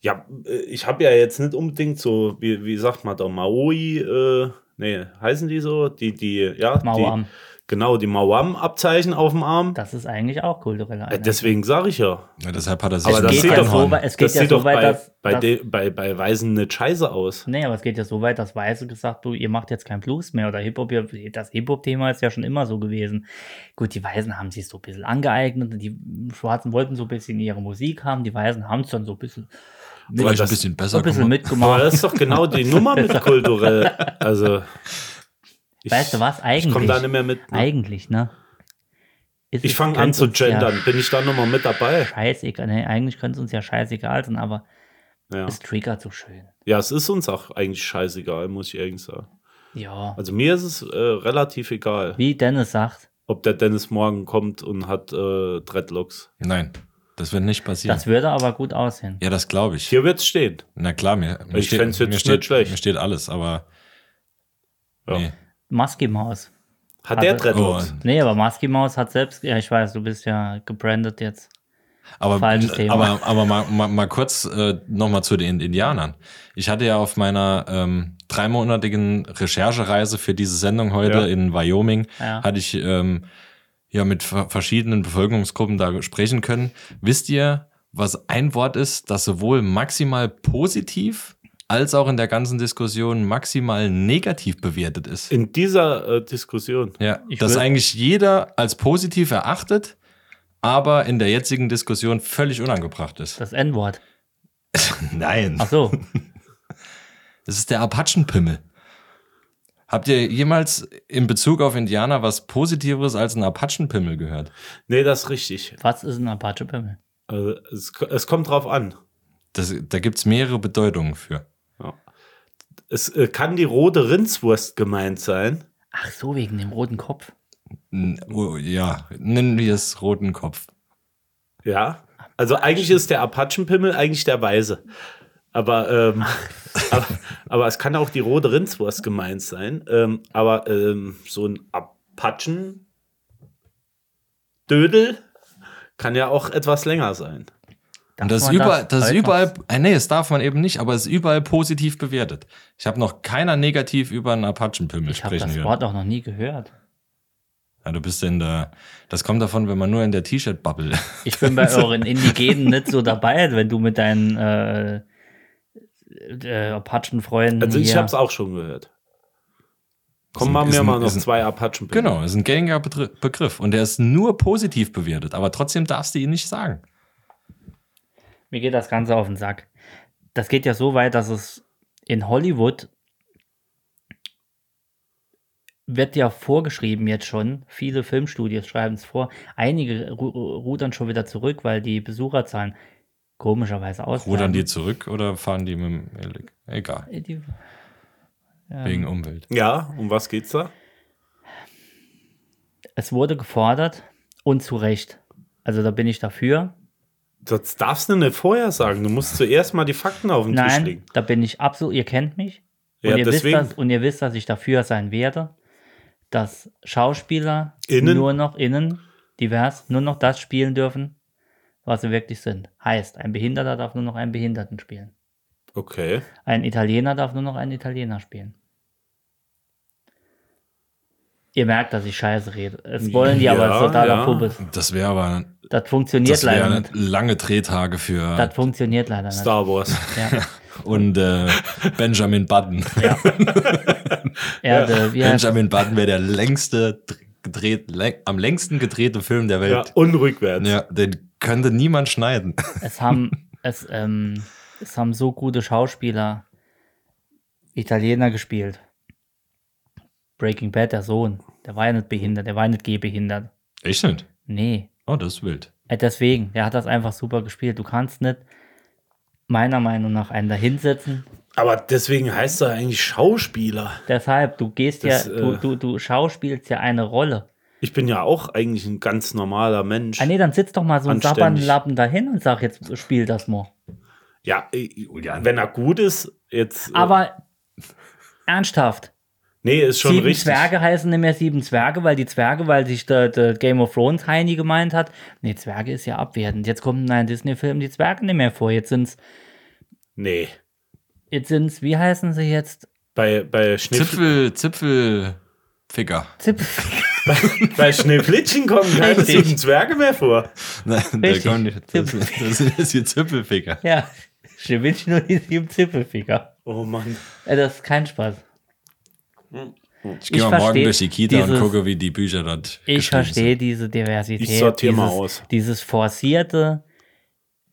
[SPEAKER 6] Ja, äh, ich habe ja jetzt nicht unbedingt so, wie, wie sagt man da, Maui, äh, nee, heißen die so? Die, die, ja,
[SPEAKER 5] Mauam.
[SPEAKER 6] die, genau, die Mauam-Abzeichen auf dem Arm.
[SPEAKER 5] Das ist eigentlich auch kulturelle
[SPEAKER 6] Äh,
[SPEAKER 5] Einheit.
[SPEAKER 6] deswegen sage ich ja.
[SPEAKER 4] ja, deshalb hat er sich
[SPEAKER 6] Aber
[SPEAKER 4] ein
[SPEAKER 6] das
[SPEAKER 5] geht
[SPEAKER 6] sieht
[SPEAKER 5] ja
[SPEAKER 6] doch,
[SPEAKER 5] so weit, es geht
[SPEAKER 6] das
[SPEAKER 5] ja
[SPEAKER 6] sieht
[SPEAKER 5] so
[SPEAKER 6] doch
[SPEAKER 5] weit,
[SPEAKER 6] bei,
[SPEAKER 5] dass-
[SPEAKER 6] bei,
[SPEAKER 5] dass-
[SPEAKER 6] de, bei, bei Weisen nicht scheiße aus.
[SPEAKER 5] Nee, aber es geht ja so weit, dass Weiße gesagt, du, ihr macht jetzt kein Blues mehr oder Hip-Hop. ihr- Das Hip-Hop-Thema ist ja schon immer so gewesen. Gut, die Weißen haben sich so ein bisschen angeeignet und die Schwarzen wollten so ein bisschen ihre Musik haben. Die Weißen haben es dann so ein bisschen,
[SPEAKER 6] Aber
[SPEAKER 4] vielleicht ein
[SPEAKER 6] das-
[SPEAKER 4] bisschen
[SPEAKER 5] so
[SPEAKER 4] besser
[SPEAKER 5] ein bisschen
[SPEAKER 4] gemacht.
[SPEAKER 6] Aber
[SPEAKER 5] mitgemacht.
[SPEAKER 6] das ist doch genau die Nummer mit kulturell. Also. Ich,
[SPEAKER 5] Weißt du was? Eigentlich.
[SPEAKER 6] Ich komme da nicht mehr mit. Ne?
[SPEAKER 5] Eigentlich, ne? Ist
[SPEAKER 6] Ich
[SPEAKER 5] es-
[SPEAKER 6] fange an
[SPEAKER 5] könnte
[SPEAKER 6] zu
[SPEAKER 5] uns ja
[SPEAKER 6] gendern. Bin ich da nochmal mit dabei?
[SPEAKER 5] Scheißegal. Nee, eigentlich könnte es uns ja scheißegal sein, aber
[SPEAKER 6] Ja.
[SPEAKER 5] es triggert so schön.
[SPEAKER 6] ja, es ist uns auch eigentlich scheißegal, muss ich ehrlich sagen.
[SPEAKER 5] Ja.
[SPEAKER 6] Also mir ist es äh, relativ egal.
[SPEAKER 5] Wie Dennis sagt,
[SPEAKER 6] ob der Dennis morgen kommt und hat äh, Dreadlocks.
[SPEAKER 4] Nein, das wird nicht passieren.
[SPEAKER 5] das würde aber gut aussehen.
[SPEAKER 4] ja, das glaube ich.
[SPEAKER 6] Hier wird's stehen.
[SPEAKER 4] Na klar, mir, mir,
[SPEAKER 6] Ich
[SPEAKER 4] steht,
[SPEAKER 6] fänd's jetzt
[SPEAKER 4] mir, steht,
[SPEAKER 6] nicht schlecht.
[SPEAKER 4] mir steht alles, aber
[SPEAKER 6] Ja.
[SPEAKER 4] nee.
[SPEAKER 5] Musky Maus.
[SPEAKER 6] Hat der
[SPEAKER 5] Hat-
[SPEAKER 6] Dreadlocks?
[SPEAKER 4] Oh,
[SPEAKER 5] Nee, aber Musky Maus hat selbst. Ja, ich weiß, du bist ja gebrandet jetzt.
[SPEAKER 4] aber,
[SPEAKER 5] Falsches Thema.
[SPEAKER 4] aber, aber mal, mal, mal kurz äh, nochmal zu den Indianern. Ich hatte ja auf meiner ähm, dreimonatigen Recherchereise für diese Sendung heute
[SPEAKER 6] Ja.
[SPEAKER 4] in Wyoming,
[SPEAKER 5] Ja.
[SPEAKER 4] hatte ich ähm, ja mit ver verschiedenen Bevölkerungsgruppen da sprechen können. Wisst ihr, was ein Wort ist, das sowohl maximal positiv als auch in der ganzen Diskussion maximal negativ bewertet ist?
[SPEAKER 6] In dieser äh, Diskussion.
[SPEAKER 4] Ja,
[SPEAKER 5] Ich
[SPEAKER 4] dass
[SPEAKER 5] würd-
[SPEAKER 4] eigentlich jeder als positiv erachtet, aber in der jetzigen Diskussion völlig unangebracht ist.
[SPEAKER 5] Das N-Wort.
[SPEAKER 4] Nein,
[SPEAKER 5] Ach so.
[SPEAKER 4] das ist der Apachenpimmel. Habt ihr jemals in Bezug auf Indianer was Positiveres als ein Apachenpimmel gehört?
[SPEAKER 6] Nee, das ist richtig.
[SPEAKER 5] was ist ein Apache-Pimmel?
[SPEAKER 6] Also, es, es kommt drauf an.
[SPEAKER 4] Das, da gibt's mehrere Bedeutungen für.
[SPEAKER 6] Es äh, kann die rote Rindswurst gemeint sein.
[SPEAKER 5] Ach so, wegen dem roten Kopf.
[SPEAKER 4] N- Oh, ja, nennen wir es roten Kopf.
[SPEAKER 6] Ja. Also eigentlich ist der Apachenpimmel eigentlich der Weise. Aber, ähm, aber, aber es kann auch die rote Rindswurst gemeint sein. Ähm, aber ähm, so ein Apachen-Dödel kann ja auch etwas länger sein.
[SPEAKER 5] Darf
[SPEAKER 4] Und das ist
[SPEAKER 5] man
[SPEAKER 4] überall, das ist
[SPEAKER 5] heute
[SPEAKER 4] überall,
[SPEAKER 5] noch?
[SPEAKER 4] äh, nee, das darf man eben nicht, aber es ist überall positiv bewertet. Ich habe noch keiner negativ über einen Apachenpimmel
[SPEAKER 5] Ich habe
[SPEAKER 4] sprechen
[SPEAKER 5] das
[SPEAKER 4] hören.
[SPEAKER 5] Wort auch noch nie gehört.
[SPEAKER 4] Ja, du bist in der. Das kommt davon, wenn man nur in der T-Shirt-Bubble.
[SPEAKER 5] Ich bin bei euren Indigenen nicht so dabei, wenn du mit deinen äh, äh, Apachen-Freunden.
[SPEAKER 6] Also ich
[SPEAKER 5] hier-
[SPEAKER 6] habe es auch schon gehört. Komm,
[SPEAKER 4] ein-
[SPEAKER 6] machen
[SPEAKER 4] ist
[SPEAKER 6] wir
[SPEAKER 4] ein-
[SPEAKER 6] mal noch
[SPEAKER 4] ist ein-
[SPEAKER 6] zwei Apachen. bitte.
[SPEAKER 4] genau, ist ein gängiger Betri- Begriff und der ist nur positiv bewertet, aber trotzdem darfst du ihn nicht sagen.
[SPEAKER 5] Mir geht das Ganze auf den Sack. Das geht ja so weit, dass es in Hollywood wird ja vorgeschrieben jetzt schon, viele Filmstudios schreiben es vor, einige ru ru- rudern schon wieder zurück, weil die Besucherzahlen komischerweise ausbleiben.
[SPEAKER 4] Rudern die zurück oder fahren die mit dem Elik? Egal,
[SPEAKER 5] die
[SPEAKER 4] wegen Umwelt.
[SPEAKER 6] Ja, um was geht's da?
[SPEAKER 5] Es wurde gefordert und zu Recht. Also da bin ich dafür.
[SPEAKER 6] Das darfst du nicht vorher sagen. Du musst zuerst mal die Fakten auf den Tisch
[SPEAKER 5] Nein,
[SPEAKER 6] legen.
[SPEAKER 5] da bin ich absolut, ihr kennt mich. Und,
[SPEAKER 6] Ja,
[SPEAKER 5] ihr wisst
[SPEAKER 6] deswegen.
[SPEAKER 5] das, und ihr wisst, dass ich dafür sein werde, dass Schauspieler
[SPEAKER 6] Innen?
[SPEAKER 5] nur noch innen, divers, nur noch das spielen dürfen, was sie wirklich sind. Heißt, ein Behinderter darf nur noch einen Behinderten spielen.
[SPEAKER 6] Okay.
[SPEAKER 5] Ein Italiener darf nur noch einen Italiener spielen. Ihr merkt, dass ich scheiße rede. Es wollen die aber,
[SPEAKER 6] Ja,
[SPEAKER 5] es ist totaler
[SPEAKER 6] ja.
[SPEAKER 5] Puppes.
[SPEAKER 4] Das wäre aber
[SPEAKER 5] Das funktioniert
[SPEAKER 4] Das
[SPEAKER 5] leider
[SPEAKER 4] wären
[SPEAKER 5] nicht.
[SPEAKER 4] lange Drehtage für
[SPEAKER 5] Das funktioniert leider nicht.
[SPEAKER 6] Star Wars.
[SPEAKER 4] Halt.
[SPEAKER 5] Ja.
[SPEAKER 4] und äh, Benjamin Button.
[SPEAKER 5] Ja, der- wie heißt-
[SPEAKER 4] Benjamin Button wäre der längste dr- gedreht, läng, am längsten gedrehte Film der
[SPEAKER 6] Ja,
[SPEAKER 4] Welt.
[SPEAKER 6] und rückwärts.
[SPEAKER 4] Ja. den könnte niemand schneiden.
[SPEAKER 5] es haben es, ähm, es haben so gute Schauspieler Italiener gespielt. Breaking Bad, der Sohn, der war ja nicht behindert, der war ja nicht gehbehindert.
[SPEAKER 4] Echt nicht?
[SPEAKER 5] Nee,
[SPEAKER 4] Oh, das ist wild.
[SPEAKER 5] Äh, Deswegen, der hat das einfach super gespielt. Du kannst nicht meiner Meinung nach einen dahinsetzen.
[SPEAKER 6] Aber deswegen heißt er eigentlich Schauspieler.
[SPEAKER 5] Deshalb, du gehst
[SPEAKER 6] Das,
[SPEAKER 5] ja, du,
[SPEAKER 6] äh,
[SPEAKER 5] du, du schauspielst ja eine Rolle.
[SPEAKER 6] Ich bin ja auch eigentlich ein ganz normaler Mensch.
[SPEAKER 5] Ah nee, dann sitzt doch mal so ein
[SPEAKER 6] Anständig.
[SPEAKER 5] Sabbernlappen dahin und sag, jetzt spiel das mal.
[SPEAKER 6] Ja, äh, wenn er gut ist, jetzt. äh,
[SPEAKER 5] Aber ernsthaft,
[SPEAKER 6] Nee, ist schon
[SPEAKER 5] sieben
[SPEAKER 6] richtig.
[SPEAKER 5] Zwerge heißen nicht mehr sieben Zwerge, weil die Zwerge, weil sich der, der Game of Thrones Heini gemeint hat, nee, Zwerge ist ja abwertend. Jetzt kommt in einem Disney-Film die Zwerge nicht mehr vor. Jetzt sind's,
[SPEAKER 6] Nee.
[SPEAKER 5] jetzt sind's, wie heißen sie jetzt?
[SPEAKER 6] Bei, bei, Schniff,
[SPEAKER 4] Zipfel, Zipfelficker.
[SPEAKER 5] Zip.
[SPEAKER 6] bei Schneeflittchen kommen keine
[SPEAKER 5] Richtig.
[SPEAKER 6] sieben Zwerge mehr vor.
[SPEAKER 4] Nein, da
[SPEAKER 5] Richtig.
[SPEAKER 4] kommen die, das, das sind jetzt die Zipfelficker.
[SPEAKER 5] Ja, Schneewittchen und die sieben Zippelficker.
[SPEAKER 6] Oh Mann.
[SPEAKER 5] Äh, Das ist kein Spaß.
[SPEAKER 4] Hm. Ich gehe
[SPEAKER 5] Ich
[SPEAKER 4] mal morgen
[SPEAKER 5] versteh
[SPEAKER 4] durch die Kita und
[SPEAKER 5] dieses-
[SPEAKER 4] gucke, wie die Bücher dort
[SPEAKER 5] Ich
[SPEAKER 4] geschrieben
[SPEAKER 5] verstehe diese Diversität.
[SPEAKER 6] Ich sortier
[SPEAKER 5] dieses,
[SPEAKER 6] mal aus.
[SPEAKER 5] Dieses forcierte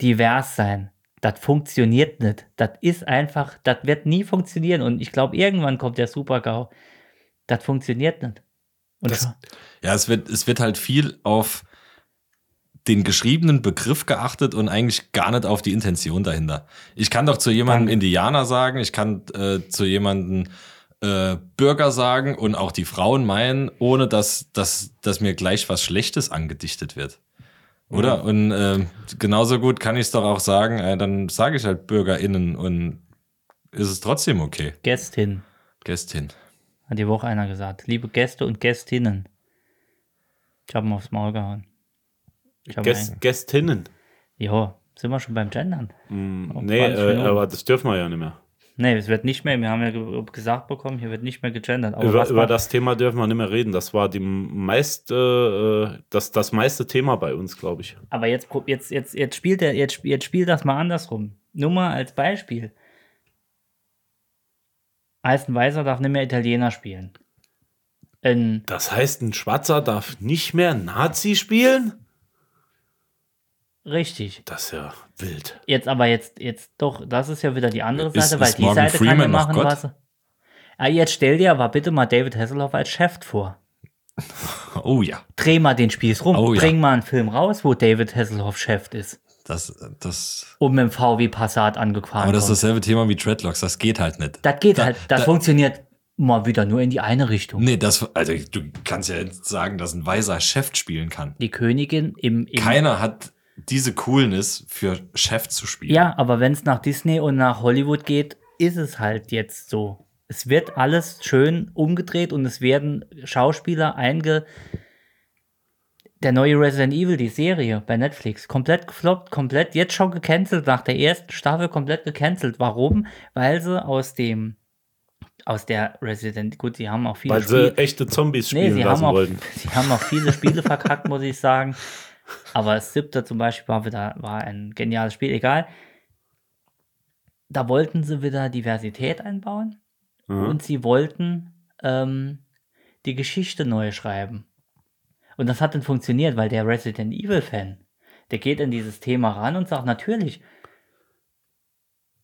[SPEAKER 5] Diverssein. Das funktioniert nicht. Das ist einfach, das wird nie funktionieren. Und ich glaube, irgendwann kommt der Super-GAU. Das funktioniert nicht. Und schon-
[SPEAKER 4] Ja, es wird, es wird halt viel auf den geschriebenen Begriff geachtet und eigentlich gar nicht auf die Intention dahinter. Ich kann doch zu jemandem
[SPEAKER 5] Danke.
[SPEAKER 4] Indianer sagen, ich kann äh, zu jemandem äh, Bürger sagen und auch die Frauen meinen, ohne dass, dass, dass mir gleich was Schlechtes angedichtet wird. Oder? Und äh, genauso gut kann ich es doch auch sagen, äh, dann sage ich halt BürgerInnen und ist es trotzdem okay.
[SPEAKER 5] Gästin,
[SPEAKER 4] Gästin.
[SPEAKER 5] hat die Woche einer gesagt. Liebe Gäste und Gästinnen. Ich habe ihn aufs Maul gehauen. Ich hab ihn
[SPEAKER 6] Gäst, Gästinnen.
[SPEAKER 5] ein- Jo, sind wir schon beim Gendern?
[SPEAKER 6] Nee,
[SPEAKER 5] 20
[SPEAKER 6] äh,
[SPEAKER 5] Minuten.
[SPEAKER 6] aber das dürfen wir ja nicht mehr.
[SPEAKER 5] Nee, es wird nicht mehr, wir haben ja ge- gesagt bekommen, hier wird nicht mehr gegendert. Aber
[SPEAKER 6] Über,
[SPEAKER 5] was
[SPEAKER 6] über
[SPEAKER 5] war-
[SPEAKER 6] das Thema dürfen wir nicht mehr reden. Das war die meist, äh, das, das meiste Thema bei uns, glaube ich.
[SPEAKER 5] Aber jetzt, prob- jetzt, jetzt, jetzt spielt er, jetzt, sp- jetzt spielt das mal andersrum. Nur mal als Beispiel. Alsten Weiser darf nicht mehr Italiener spielen. Ähm, Ein,
[SPEAKER 6] Das heißt, ein Schwarzer darf nicht mehr Nazi spielen?
[SPEAKER 5] richtig.
[SPEAKER 6] Das ist ja wild.
[SPEAKER 5] Jetzt aber jetzt, jetzt doch, das ist ja wieder die andere
[SPEAKER 4] Ist-
[SPEAKER 5] Seite, weil
[SPEAKER 4] ist
[SPEAKER 5] die
[SPEAKER 4] Morgan
[SPEAKER 5] Seite kann ja
[SPEAKER 4] Freeman noch
[SPEAKER 5] machen,
[SPEAKER 4] Gott?
[SPEAKER 5] was. sie- Ah, jetzt stell dir aber bitte mal David Hasselhoff als Chef vor.
[SPEAKER 4] Oh ja,
[SPEAKER 5] Dreh mal den Spieß rum.
[SPEAKER 4] Oh ja.
[SPEAKER 5] Bring mal einen Film raus, wo David Hasselhoff Chef ist
[SPEAKER 4] das, das
[SPEAKER 5] und mit dem VW Passat angefahren
[SPEAKER 4] Aber das ist
[SPEAKER 5] kommt.
[SPEAKER 4] dasselbe Thema wie Dreadlocks, das geht halt nicht.
[SPEAKER 5] Das geht
[SPEAKER 4] Da-
[SPEAKER 5] halt, das
[SPEAKER 4] da-
[SPEAKER 5] funktioniert mal wieder nur in die eine Richtung.
[SPEAKER 4] Nee, das, also du kannst ja jetzt sagen, dass ein weiser Chef spielen kann.
[SPEAKER 5] die Königin im, im
[SPEAKER 4] Keiner hat diese Coolness für Chef zu spielen.
[SPEAKER 5] Ja, aber wenn es nach Disney und nach Hollywood geht, ist es halt jetzt so. Es wird alles schön umgedreht und es werden Schauspieler einge. Der neue Resident Evil, die Serie bei Netflix, komplett gefloppt, komplett jetzt schon gecancelt, nach der ersten Staffel komplett gecancelt. Warum? Weil sie aus dem, aus der Resident, gut, sie haben auch viele
[SPEAKER 6] Weil
[SPEAKER 5] Spiel-
[SPEAKER 6] sie echte Zombies
[SPEAKER 5] Nee,
[SPEAKER 6] spielen
[SPEAKER 5] sie haben,
[SPEAKER 6] lassen
[SPEAKER 5] auch,
[SPEAKER 6] wollten.
[SPEAKER 5] sie haben auch viele Spiele verkackt, muss ich sagen. Aber das siebte zum Beispiel war wieder war ein geniales Spiel, egal. Da wollten sie wieder Diversität einbauen
[SPEAKER 6] Hm?
[SPEAKER 5] und sie wollten ähm, die Geschichte neu schreiben. Und das hat dann funktioniert, weil der Resident Evil-Fan, der geht in dieses Thema ran und sagt, natürlich.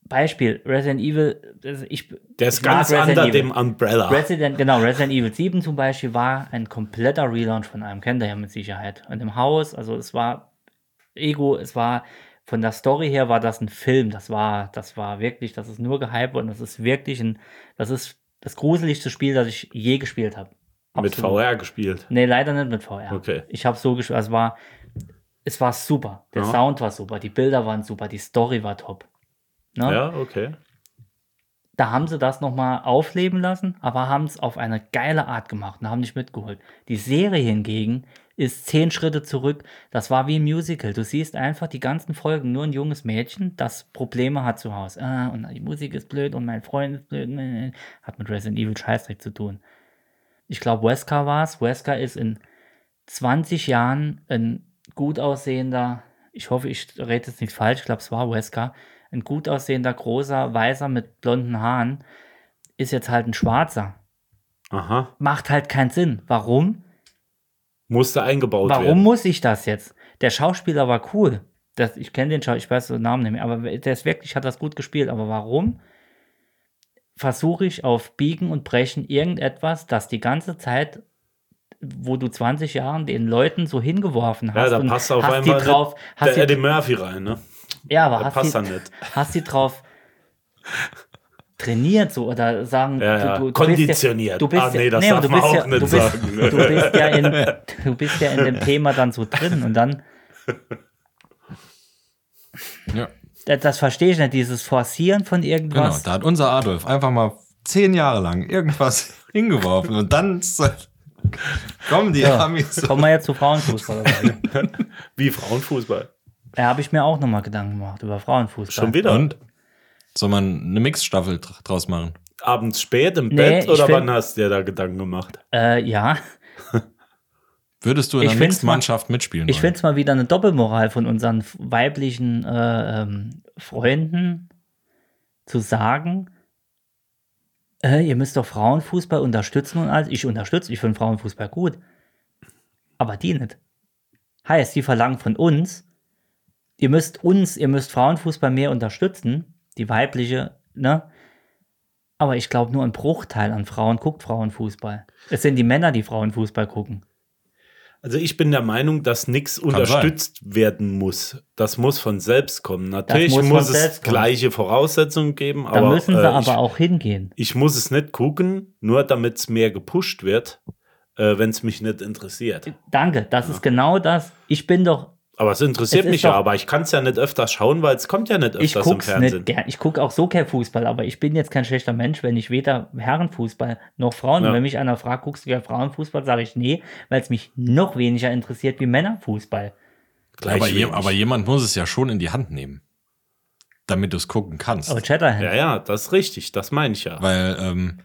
[SPEAKER 5] Beispiel, Resident Evil, also ich,
[SPEAKER 6] Der ist
[SPEAKER 5] ich mag
[SPEAKER 6] ganz
[SPEAKER 5] Resident
[SPEAKER 6] unter
[SPEAKER 5] Evil.
[SPEAKER 6] dem Umbrella.
[SPEAKER 5] Resident, genau, Resident Evil 7 zum Beispiel war ein kompletter Relaunch von einem, kennt ihr ja mit Sicherheit. Und im Haus, also es war Ego, es war von der Story her war das ein Film, das war, das war wirklich, das ist nur gehypt und das ist wirklich ein, das ist das gruseligste Spiel, das ich je gespielt habe.
[SPEAKER 6] mit
[SPEAKER 5] Absolut.
[SPEAKER 6] VR gespielt.
[SPEAKER 5] Nee, leider nicht mit VR.
[SPEAKER 6] Okay.
[SPEAKER 5] Ich habe so gespielt, es war, es war super. Der
[SPEAKER 6] Ja.
[SPEAKER 5] Sound war super, die Bilder waren super, die Story war top. Ne?
[SPEAKER 6] Ja, okay.
[SPEAKER 5] da haben sie das nochmal aufleben lassen, aber haben es auf eine geile Art gemacht und haben nicht mitgeholt. Die Serie hingegen ist zehn Schritte zurück. Das war wie ein Musical. Du siehst einfach die ganzen Folgen nur ein junges Mädchen, das Probleme hat zu Hause. Ah, und die Musik ist blöd und mein Freund ist blöd. Nee, nee. Hat mit Resident Evil Scheißdreck zu tun. Ich glaube, Wesker war es. Wesker ist in 20 Jahren ein gut aussehender, ich hoffe, ich rede jetzt nicht falsch, ich glaube, es war Wesker, ein gut aussehender, großer, weißer mit blonden Haaren ist jetzt halt ein Schwarzer.
[SPEAKER 6] Aha.
[SPEAKER 5] Macht halt keinen Sinn. Warum?
[SPEAKER 6] Musste eingebaut
[SPEAKER 5] Warum
[SPEAKER 6] werden.
[SPEAKER 5] muss ich das jetzt? Der Schauspieler war cool. Das, ich kenne den Schauspieler, ich weiß den Namen nicht mehr, aber der ist wirklich, hat das gut gespielt. Aber warum versuche ich auf Biegen und Brechen irgendetwas, das die ganze Zeit, wo du 20 Jahren den Leuten so hingeworfen
[SPEAKER 6] Ja,
[SPEAKER 5] hast,
[SPEAKER 6] da
[SPEAKER 5] und
[SPEAKER 6] passt auf
[SPEAKER 5] hast
[SPEAKER 6] einmal
[SPEAKER 5] die drauf,
[SPEAKER 6] der
[SPEAKER 5] hast die,
[SPEAKER 6] Eddie Murphy rein, ne?
[SPEAKER 5] ja, aber
[SPEAKER 6] der
[SPEAKER 5] hast
[SPEAKER 6] passt
[SPEAKER 5] die,
[SPEAKER 6] da nicht.
[SPEAKER 5] hast die drauf trainiert so oder sagen
[SPEAKER 6] Ja, ja.
[SPEAKER 5] du, du,
[SPEAKER 6] Konditioniert.
[SPEAKER 5] Du bist
[SPEAKER 6] Ah,
[SPEAKER 5] ja, du bist,
[SPEAKER 6] nee, das
[SPEAKER 5] aber
[SPEAKER 6] darf
[SPEAKER 5] du
[SPEAKER 6] man
[SPEAKER 5] bist
[SPEAKER 6] auch
[SPEAKER 5] ja,
[SPEAKER 6] nicht sagen.
[SPEAKER 5] du bist, Du bist, ja in, du bist ja in dem Thema dann so drin und dann
[SPEAKER 4] Ja,
[SPEAKER 5] Das, das verstehe ich nicht, dieses Forcieren von
[SPEAKER 4] genau.
[SPEAKER 5] irgendwas.
[SPEAKER 4] Da hat unser Adolf einfach mal zehn Jahre lang irgendwas hingeworfen und dann kommen die
[SPEAKER 5] ja.
[SPEAKER 4] Amis. so.
[SPEAKER 5] Kommen wir jetzt zu Frauenfußball.
[SPEAKER 6] Wie Frauenfußball.
[SPEAKER 5] da habe ich mir auch nochmal Gedanken gemacht über Frauenfußball.
[SPEAKER 6] Schon wieder.
[SPEAKER 4] Und soll man eine Mixstaffel dr- draus machen?
[SPEAKER 6] Abends spät im
[SPEAKER 5] Nee,
[SPEAKER 6] Bett
[SPEAKER 5] ich
[SPEAKER 6] oder
[SPEAKER 5] find-
[SPEAKER 6] wann hast du dir da Gedanken gemacht?
[SPEAKER 5] Äh, ja,
[SPEAKER 4] Würdest du in
[SPEAKER 5] Ich
[SPEAKER 4] einer
[SPEAKER 5] find's
[SPEAKER 4] Mixed-Mannschaft mitspielen
[SPEAKER 5] ich finde
[SPEAKER 4] wollen?
[SPEAKER 5] es mal wieder eine Doppelmoral von unseren f- weiblichen äh, ähm, Freunden zu sagen, äh, ihr müsst doch Frauenfußball unterstützen und alles. Ich unterstütze, ich finde Frauenfußball gut. Aber die nicht. Heißt, die verlangen von uns, ihr müsst uns, ihr müsst Frauenfußball mehr unterstützen, die weibliche, ne? Aber ich glaube, nur ein Bruchteil an Frauen guckt Frauenfußball. Es sind die Männer, die Frauenfußball gucken.
[SPEAKER 6] Also ich bin der Meinung, dass nichts unterstützt werden muss. Das muss von selbst kommen. Natürlich
[SPEAKER 5] muss
[SPEAKER 6] muss,
[SPEAKER 5] von
[SPEAKER 6] es
[SPEAKER 5] selbst kommen.
[SPEAKER 6] gleiche Voraussetzungen geben,
[SPEAKER 5] Da
[SPEAKER 6] aber,
[SPEAKER 5] müssen sie
[SPEAKER 6] äh, ich,
[SPEAKER 5] aber auch hingehen.
[SPEAKER 6] ich muss es nicht gucken, nur damit es mehr gepusht wird, äh, wenn es mich nicht interessiert.
[SPEAKER 5] Danke, das ist genau das. Ich bin doch,
[SPEAKER 6] Aber es interessiert
[SPEAKER 5] Es ist
[SPEAKER 6] mich ja,
[SPEAKER 5] doch-
[SPEAKER 6] aber ich kann es ja nicht öfter schauen, weil es kommt ja nicht öfters
[SPEAKER 5] ich
[SPEAKER 6] im
[SPEAKER 5] guck's
[SPEAKER 6] Fernsehen.
[SPEAKER 5] nicht gern. Ich gucke auch so kein Fußball, aber ich bin jetzt kein schlechter Mensch, wenn ich weder Herrenfußball noch Frauen.
[SPEAKER 6] Ja.
[SPEAKER 5] Und wenn mich einer fragt, guckst du ja Frauenfußball, sage ich nee, weil es mich noch weniger interessiert wie Männerfußball.
[SPEAKER 6] Gleich
[SPEAKER 4] aber, je,
[SPEAKER 6] wenig.
[SPEAKER 4] aber jemand muss es ja schon in die Hand nehmen, damit du es gucken kannst.
[SPEAKER 5] Aber Chatterhand,
[SPEAKER 6] ja, ja, das ist richtig, das meine ich ja.
[SPEAKER 4] Weil, ähm,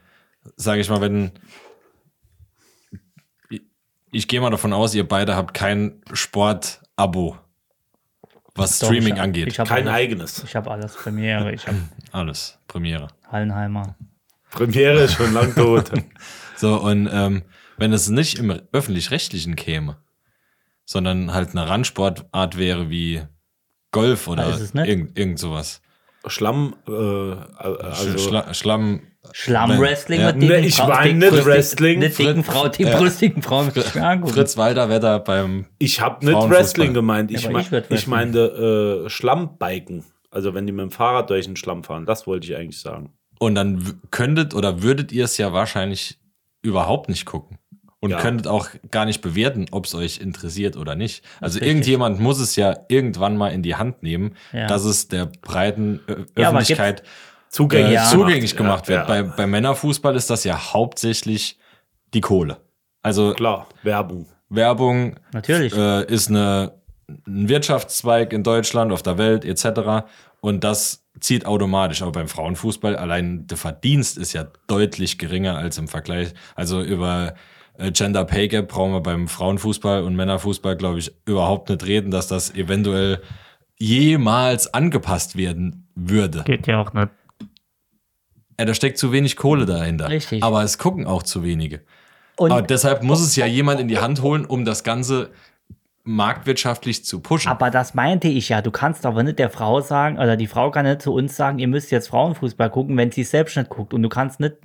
[SPEAKER 4] sage ich mal, wenn. Ich- Ich gehe mal davon aus, ihr beide habt kein Sport-Abo, was
[SPEAKER 5] Doch,
[SPEAKER 4] Streaming
[SPEAKER 5] ich hab-
[SPEAKER 4] angeht.
[SPEAKER 5] Ich habe
[SPEAKER 6] Kein
[SPEAKER 5] alles,
[SPEAKER 6] eigenes.
[SPEAKER 5] ich hab alles Premiere, ich habe
[SPEAKER 4] Alles, Premiere.
[SPEAKER 5] Hallenheimer.
[SPEAKER 6] Premiere ist schon lang tot.
[SPEAKER 4] So, und ähm, wenn es nicht im öffentlich-rechtlichen käme, sondern halt eine Randsportart wäre wie Golf oder
[SPEAKER 5] ist es ne? nicht.
[SPEAKER 4] irgend, irgend sowas.
[SPEAKER 6] Schlamm, äh, also
[SPEAKER 4] Schla Schlamm.
[SPEAKER 5] Schlamm-Wrestling
[SPEAKER 4] Ja.
[SPEAKER 5] mit dicken
[SPEAKER 6] Nee, ich
[SPEAKER 5] Frau-
[SPEAKER 6] mein
[SPEAKER 5] dicken-
[SPEAKER 6] nicht
[SPEAKER 5] brüstigen-
[SPEAKER 6] Wrestling.
[SPEAKER 5] Mit dicken
[SPEAKER 4] Fritz-
[SPEAKER 5] Frau, die brüstigen Frauen. muss ich mir angucken.
[SPEAKER 4] Fritz Walter Wetter beim
[SPEAKER 6] Ich habe nicht
[SPEAKER 4] Frauenfußball.
[SPEAKER 6] Wrestling gemeint. Ich,
[SPEAKER 5] aber
[SPEAKER 6] mein,
[SPEAKER 5] ich werd
[SPEAKER 6] ich,
[SPEAKER 5] Wrestling.
[SPEAKER 6] meinte äh, Schlammbiken. Also wenn die mit dem Fahrrad durch den Schlamm fahren, das wollte ich eigentlich sagen.
[SPEAKER 4] Und dann w- könntet oder würdet ihr es ja wahrscheinlich überhaupt nicht gucken. Und
[SPEAKER 6] Ja.
[SPEAKER 4] könntet auch gar nicht bewerten, ob es euch interessiert oder nicht. Also
[SPEAKER 5] Richtig.
[SPEAKER 4] irgendjemand muss es ja irgendwann mal in die Hand nehmen,
[SPEAKER 5] Ja.
[SPEAKER 4] dass es der breiten Ö
[SPEAKER 5] Ja, aber
[SPEAKER 4] Öffentlichkeit
[SPEAKER 6] Zugänglich,
[SPEAKER 4] äh,
[SPEAKER 5] Ja.
[SPEAKER 4] zugänglich gemacht wird.
[SPEAKER 6] Ja,
[SPEAKER 4] Bei,
[SPEAKER 6] ja.
[SPEAKER 4] bei Männerfußball ist das ja hauptsächlich die Kohle. Also
[SPEAKER 6] Klar, Werbung.
[SPEAKER 4] Werbung
[SPEAKER 5] Natürlich.
[SPEAKER 4] äh, ist eine, ein Wirtschaftszweig in Deutschland, auf der Welt etc. Und das zieht automatisch. Aber beim Frauenfußball allein der Verdienst ist ja deutlich geringer als im Vergleich. Also über äh, Gender Pay Gap brauchen wir beim Frauenfußball und Männerfußball, glaube ich, überhaupt nicht reden, dass das eventuell jemals angepasst werden würde.
[SPEAKER 5] Geht ja auch nicht.
[SPEAKER 4] Ja, da steckt zu wenig Kohle dahinter.
[SPEAKER 5] Richtig.
[SPEAKER 4] Aber es gucken auch zu wenige.
[SPEAKER 5] Und
[SPEAKER 6] Ah,
[SPEAKER 4] Aber deshalb muss es ja jemand in die Hand holen, um das Ganze marktwirtschaftlich zu pushen.
[SPEAKER 5] Aber das meinte ich ja. Du kannst aber nicht der Frau sagen, oder die Frau kann nicht zu uns sagen, ihr müsst jetzt Frauenfußball gucken, wenn sie es selbst nicht guckt. Und du kannst nicht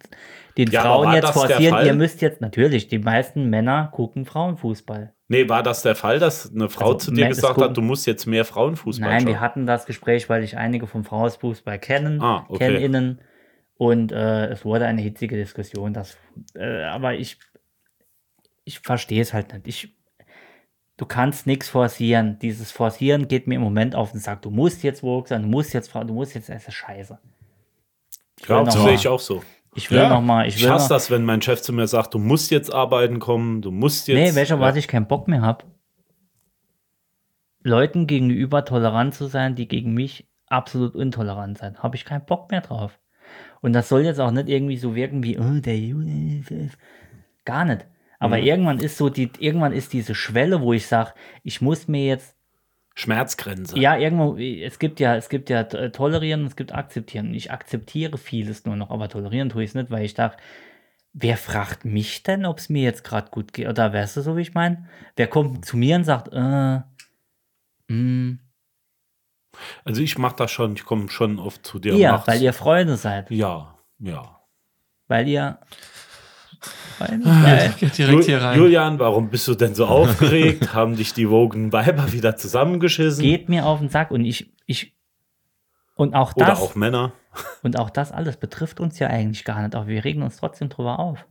[SPEAKER 5] den
[SPEAKER 6] Ja, aber
[SPEAKER 5] Frauen
[SPEAKER 6] war
[SPEAKER 5] jetzt
[SPEAKER 6] das der
[SPEAKER 5] forcieren,
[SPEAKER 6] Fall?
[SPEAKER 5] ihr müsst jetzt, natürlich, die meisten Männer gucken Frauenfußball.
[SPEAKER 6] Nee, war das der Fall, dass eine Frau
[SPEAKER 5] Also,
[SPEAKER 6] zu dir
[SPEAKER 5] Mac, das
[SPEAKER 6] gesagt
[SPEAKER 5] gucken-
[SPEAKER 6] hat, du musst jetzt mehr Frauenfußball
[SPEAKER 5] Nein,
[SPEAKER 6] schauen?
[SPEAKER 5] wir hatten das Gespräch, weil ich einige vom Frauenfußball kennen,
[SPEAKER 6] Ah, okay.
[SPEAKER 5] kenninnen. Und äh, es wurde eine hitzige Diskussion. Dass, äh, aber ich, ich verstehe es halt nicht. Ich, du kannst nichts forcieren. Dieses Forcieren geht mir im Moment auf den Sack. Du musst jetzt woke sein, du musst jetzt Frau, du musst jetzt, es ist scheiße.
[SPEAKER 6] ja, das
[SPEAKER 5] noch-
[SPEAKER 6] sehe ich auch so.
[SPEAKER 5] Ich will
[SPEAKER 4] Ja,
[SPEAKER 5] noch mal, ich
[SPEAKER 6] Ich
[SPEAKER 5] will
[SPEAKER 6] hasse
[SPEAKER 5] noch,
[SPEAKER 6] das, wenn mein Chef zu mir sagt, du musst jetzt arbeiten kommen, du musst jetzt.
[SPEAKER 5] nee, welcher was ich keinen Bock mehr habe. Leuten gegenüber tolerant zu sein, die gegen mich absolut intolerant sind, habe ich keinen Bock mehr drauf. Und das soll jetzt auch nicht irgendwie so wirken wie oh, der Jude. Gar nicht. Aber irgendwann ist so die, irgendwann ist diese Schwelle, wo ich sage, ich muss mir jetzt
[SPEAKER 6] Schmerzgrenze.
[SPEAKER 5] ja, irgendwo, es gibt ja, es gibt ja äh, tolerieren und es gibt akzeptieren. Und Ich akzeptiere vieles nur noch, aber tolerieren tue ich es nicht, weil ich dachte, wer fragt mich denn, ob es mir jetzt gerade gut geht? Oder weißt du, so wie ich meine? Wer kommt zu mir und sagt, äh, mm,
[SPEAKER 6] Also ich mache das schon, ich komme schon oft zu dir.
[SPEAKER 5] ihr,
[SPEAKER 6] und mach's.
[SPEAKER 5] weil ihr Freunde seid.
[SPEAKER 6] ja, ja.
[SPEAKER 5] Weil ihr. Freunde seid.
[SPEAKER 6] Jul
[SPEAKER 4] Direkt hier rein.
[SPEAKER 6] Julian, warum bist du denn so aufgeregt? Haben dich die Wogen Weiber wieder zusammengeschissen?
[SPEAKER 5] Geht mir auf den Sack und ich, ich. Und auch
[SPEAKER 6] Oder
[SPEAKER 5] das.
[SPEAKER 6] auch Männer?
[SPEAKER 5] Und auch das alles betrifft uns ja eigentlich gar nicht, aber wir regen uns trotzdem drüber auf.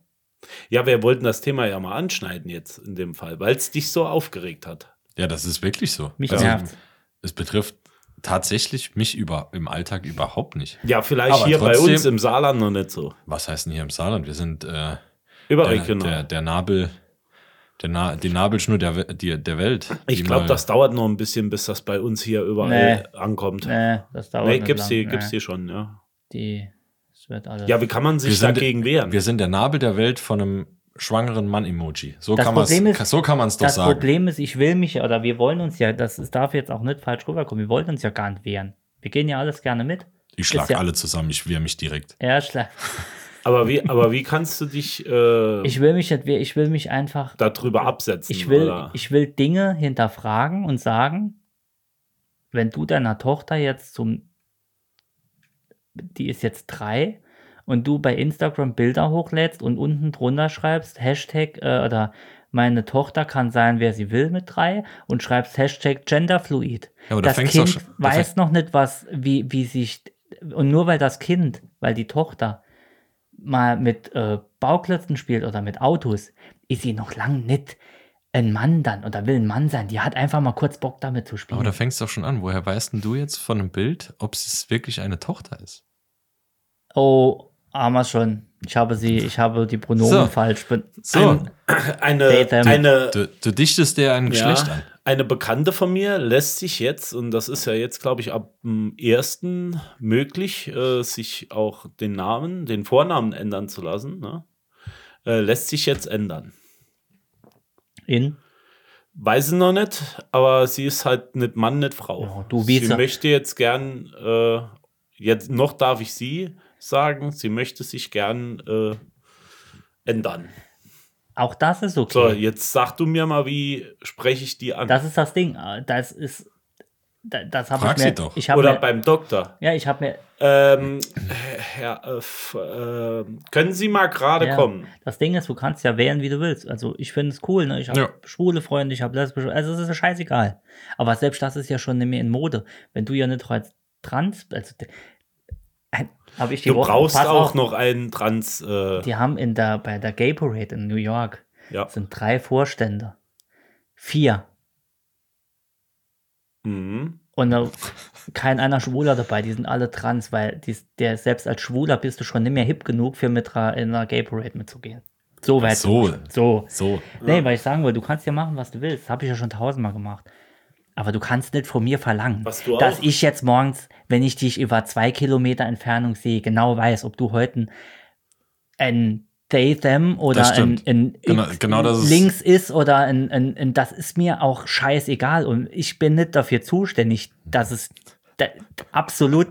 [SPEAKER 6] Ja, wir wollten das Thema ja mal anschneiden jetzt in dem Fall, weil es dich so aufgeregt hat.
[SPEAKER 4] Ja, das ist wirklich so.
[SPEAKER 5] Mich
[SPEAKER 4] also,
[SPEAKER 5] nervt's.
[SPEAKER 4] Es betrifft tatsächlich mich über, im Alltag überhaupt nicht.
[SPEAKER 6] Ja, vielleicht
[SPEAKER 4] Aber
[SPEAKER 6] hier bei
[SPEAKER 4] trotzdem-
[SPEAKER 6] uns im Saarland noch nicht so.
[SPEAKER 4] Was heißt denn hier im Saarland? Wir sind äh, der,
[SPEAKER 6] Überregional.
[SPEAKER 4] der, der Nabel, der Na, die Nabelschnur der, We- die, der Welt.
[SPEAKER 6] ich
[SPEAKER 4] die
[SPEAKER 6] glaube,
[SPEAKER 4] mal-
[SPEAKER 6] das dauert noch ein bisschen, bis das bei uns hier überall ankommt. Nee,
[SPEAKER 5] Nee, das dauert nicht
[SPEAKER 6] gibt's
[SPEAKER 5] lang.
[SPEAKER 6] die, gibt's
[SPEAKER 5] nee.
[SPEAKER 6] die schon, ja.
[SPEAKER 5] die. Es wird alles.
[SPEAKER 6] Ja, wie kann man sich
[SPEAKER 4] Wir sind-
[SPEAKER 6] dagegen wehren?
[SPEAKER 4] Wir sind der Nabel der Welt von einem schwangeren Mann-Emoji. So
[SPEAKER 5] Das
[SPEAKER 4] kann man
[SPEAKER 5] Problem ist-
[SPEAKER 4] es so kann man's doch
[SPEAKER 5] das
[SPEAKER 4] sagen.
[SPEAKER 5] Problem ist, ich will mich ja- oder wir wollen uns ja, das ist- darf jetzt auch nicht falsch rüberkommen, wir wollen uns ja gar nicht wehren. Wir gehen ja alles gerne mit.
[SPEAKER 4] ich schlag
[SPEAKER 5] ist ja-
[SPEAKER 4] alle zusammen, ich wehre mich direkt.
[SPEAKER 5] Ja, schlag.
[SPEAKER 6] aber, wie, aber wie kannst du dich äh,
[SPEAKER 5] Ich will mich nicht wehren, ich will mich einfach.
[SPEAKER 6] darüber absetzen?
[SPEAKER 5] Ich will,
[SPEAKER 6] oder?
[SPEAKER 5] ich will Dinge hinterfragen und sagen, wenn du deiner Tochter jetzt zum, die ist jetzt drei, und du bei Instagram Bilder hochlädst und unten drunter schreibst, Hashtag äh, oder meine Tochter kann sein, wer sie will mit drei und schreibst Hashtag Genderfluid.
[SPEAKER 4] Ja, aber da
[SPEAKER 5] das
[SPEAKER 4] fängt's
[SPEAKER 5] Kind
[SPEAKER 4] doch schon- da
[SPEAKER 5] weiß noch nicht, was, wie, wie sich, und nur weil das Kind, weil die Tochter mal mit äh, Bauklötzen spielt oder mit Autos, ist sie noch lang nicht ein Mann dann oder will ein Mann sein. Die hat einfach mal kurz Bock damit zu spielen.
[SPEAKER 4] Aber da fängst du doch schon an. Woher weißt denn du jetzt von einem Bild, ob es wirklich eine Tochter ist?
[SPEAKER 5] oh, armer schon. Ich habe sie, ich habe die Pronomen
[SPEAKER 4] So.
[SPEAKER 5] falsch. Bin,
[SPEAKER 4] So,
[SPEAKER 6] Eine,
[SPEAKER 5] Date them.
[SPEAKER 6] eine,
[SPEAKER 4] du, du dichtest dir ein Geschlecht an.
[SPEAKER 6] Eine Bekannte von mir lässt sich jetzt, und das ist ja jetzt, glaube ich, ab dem 1. möglich, äh, sich auch den Namen, den Vornamen ändern zu lassen, ne? äh, lässt sich jetzt ändern.
[SPEAKER 5] in.
[SPEAKER 6] Weiß sie noch nicht, aber sie ist halt nicht Mann, nicht Frau.
[SPEAKER 5] Ja, du, wie
[SPEAKER 6] sie
[SPEAKER 5] ist ja-
[SPEAKER 6] möchte jetzt gern, äh, jetzt noch darf ich sie sagen, sie möchte sich gern äh, ändern.
[SPEAKER 5] Auch das ist okay.
[SPEAKER 6] So, jetzt sag du mir mal, wie spreche ich die an?
[SPEAKER 5] Das ist das Ding. Äh, Das ist. da- Das habe
[SPEAKER 4] Frag
[SPEAKER 5] ich mir.
[SPEAKER 4] sie doch.
[SPEAKER 5] Ich habe
[SPEAKER 6] Oder
[SPEAKER 5] mir,
[SPEAKER 6] beim Doktor.
[SPEAKER 5] ja, ich habe mir.
[SPEAKER 6] Ähm, Herr, äh, f- äh, können Sie mal gerade
[SPEAKER 5] Ja.
[SPEAKER 6] kommen?
[SPEAKER 5] Das Ding ist, du kannst ja wählen, wie du willst. Also ich finde es cool. Ne? Ich habe
[SPEAKER 4] Ja.
[SPEAKER 5] schwule Freunde, ich habe lesbische. Also es ist ja scheißegal. Aber selbst das ist ja schon nicht mehr in Mode. Wenn du ja nicht heute trans, also habe ich die
[SPEAKER 6] Du
[SPEAKER 5] Woche-
[SPEAKER 6] brauchst
[SPEAKER 5] pass
[SPEAKER 6] auch
[SPEAKER 5] auf,
[SPEAKER 6] noch einen Trans. Äh,
[SPEAKER 5] Die haben in der bei der Gay Parade in New York
[SPEAKER 6] ja.
[SPEAKER 5] sind drei Vorstände, vier
[SPEAKER 6] Mhm.
[SPEAKER 5] und da, kein einer Schwuler dabei. Die sind alle trans, weil die, der selbst als Schwuler bist du schon nicht mehr hip genug für mit dra- in einer Gay Parade mitzugehen. So weit.
[SPEAKER 4] so.
[SPEAKER 5] sind wir schon. so.
[SPEAKER 4] So,
[SPEAKER 5] Nee, weil ich sagen will, du kannst ja machen, was du willst. Das habe ich ja schon tausendmal gemacht. Aber du kannst nicht von mir verlangen,
[SPEAKER 6] Was du
[SPEAKER 5] dass
[SPEAKER 6] auch-
[SPEAKER 5] ich jetzt morgens, wenn ich dich über zwei Kilometer Entfernung sehe, genau weiß, ob du heute ein- ein They, Them oder
[SPEAKER 4] Das
[SPEAKER 5] ein,
[SPEAKER 4] stimmt.
[SPEAKER 5] ein X
[SPEAKER 4] Genau- genau das ist-
[SPEAKER 5] links ist oder ein, ein, ein, das ist mir auch scheißegal. Und ich bin nicht dafür zuständig, dass es da, absolut.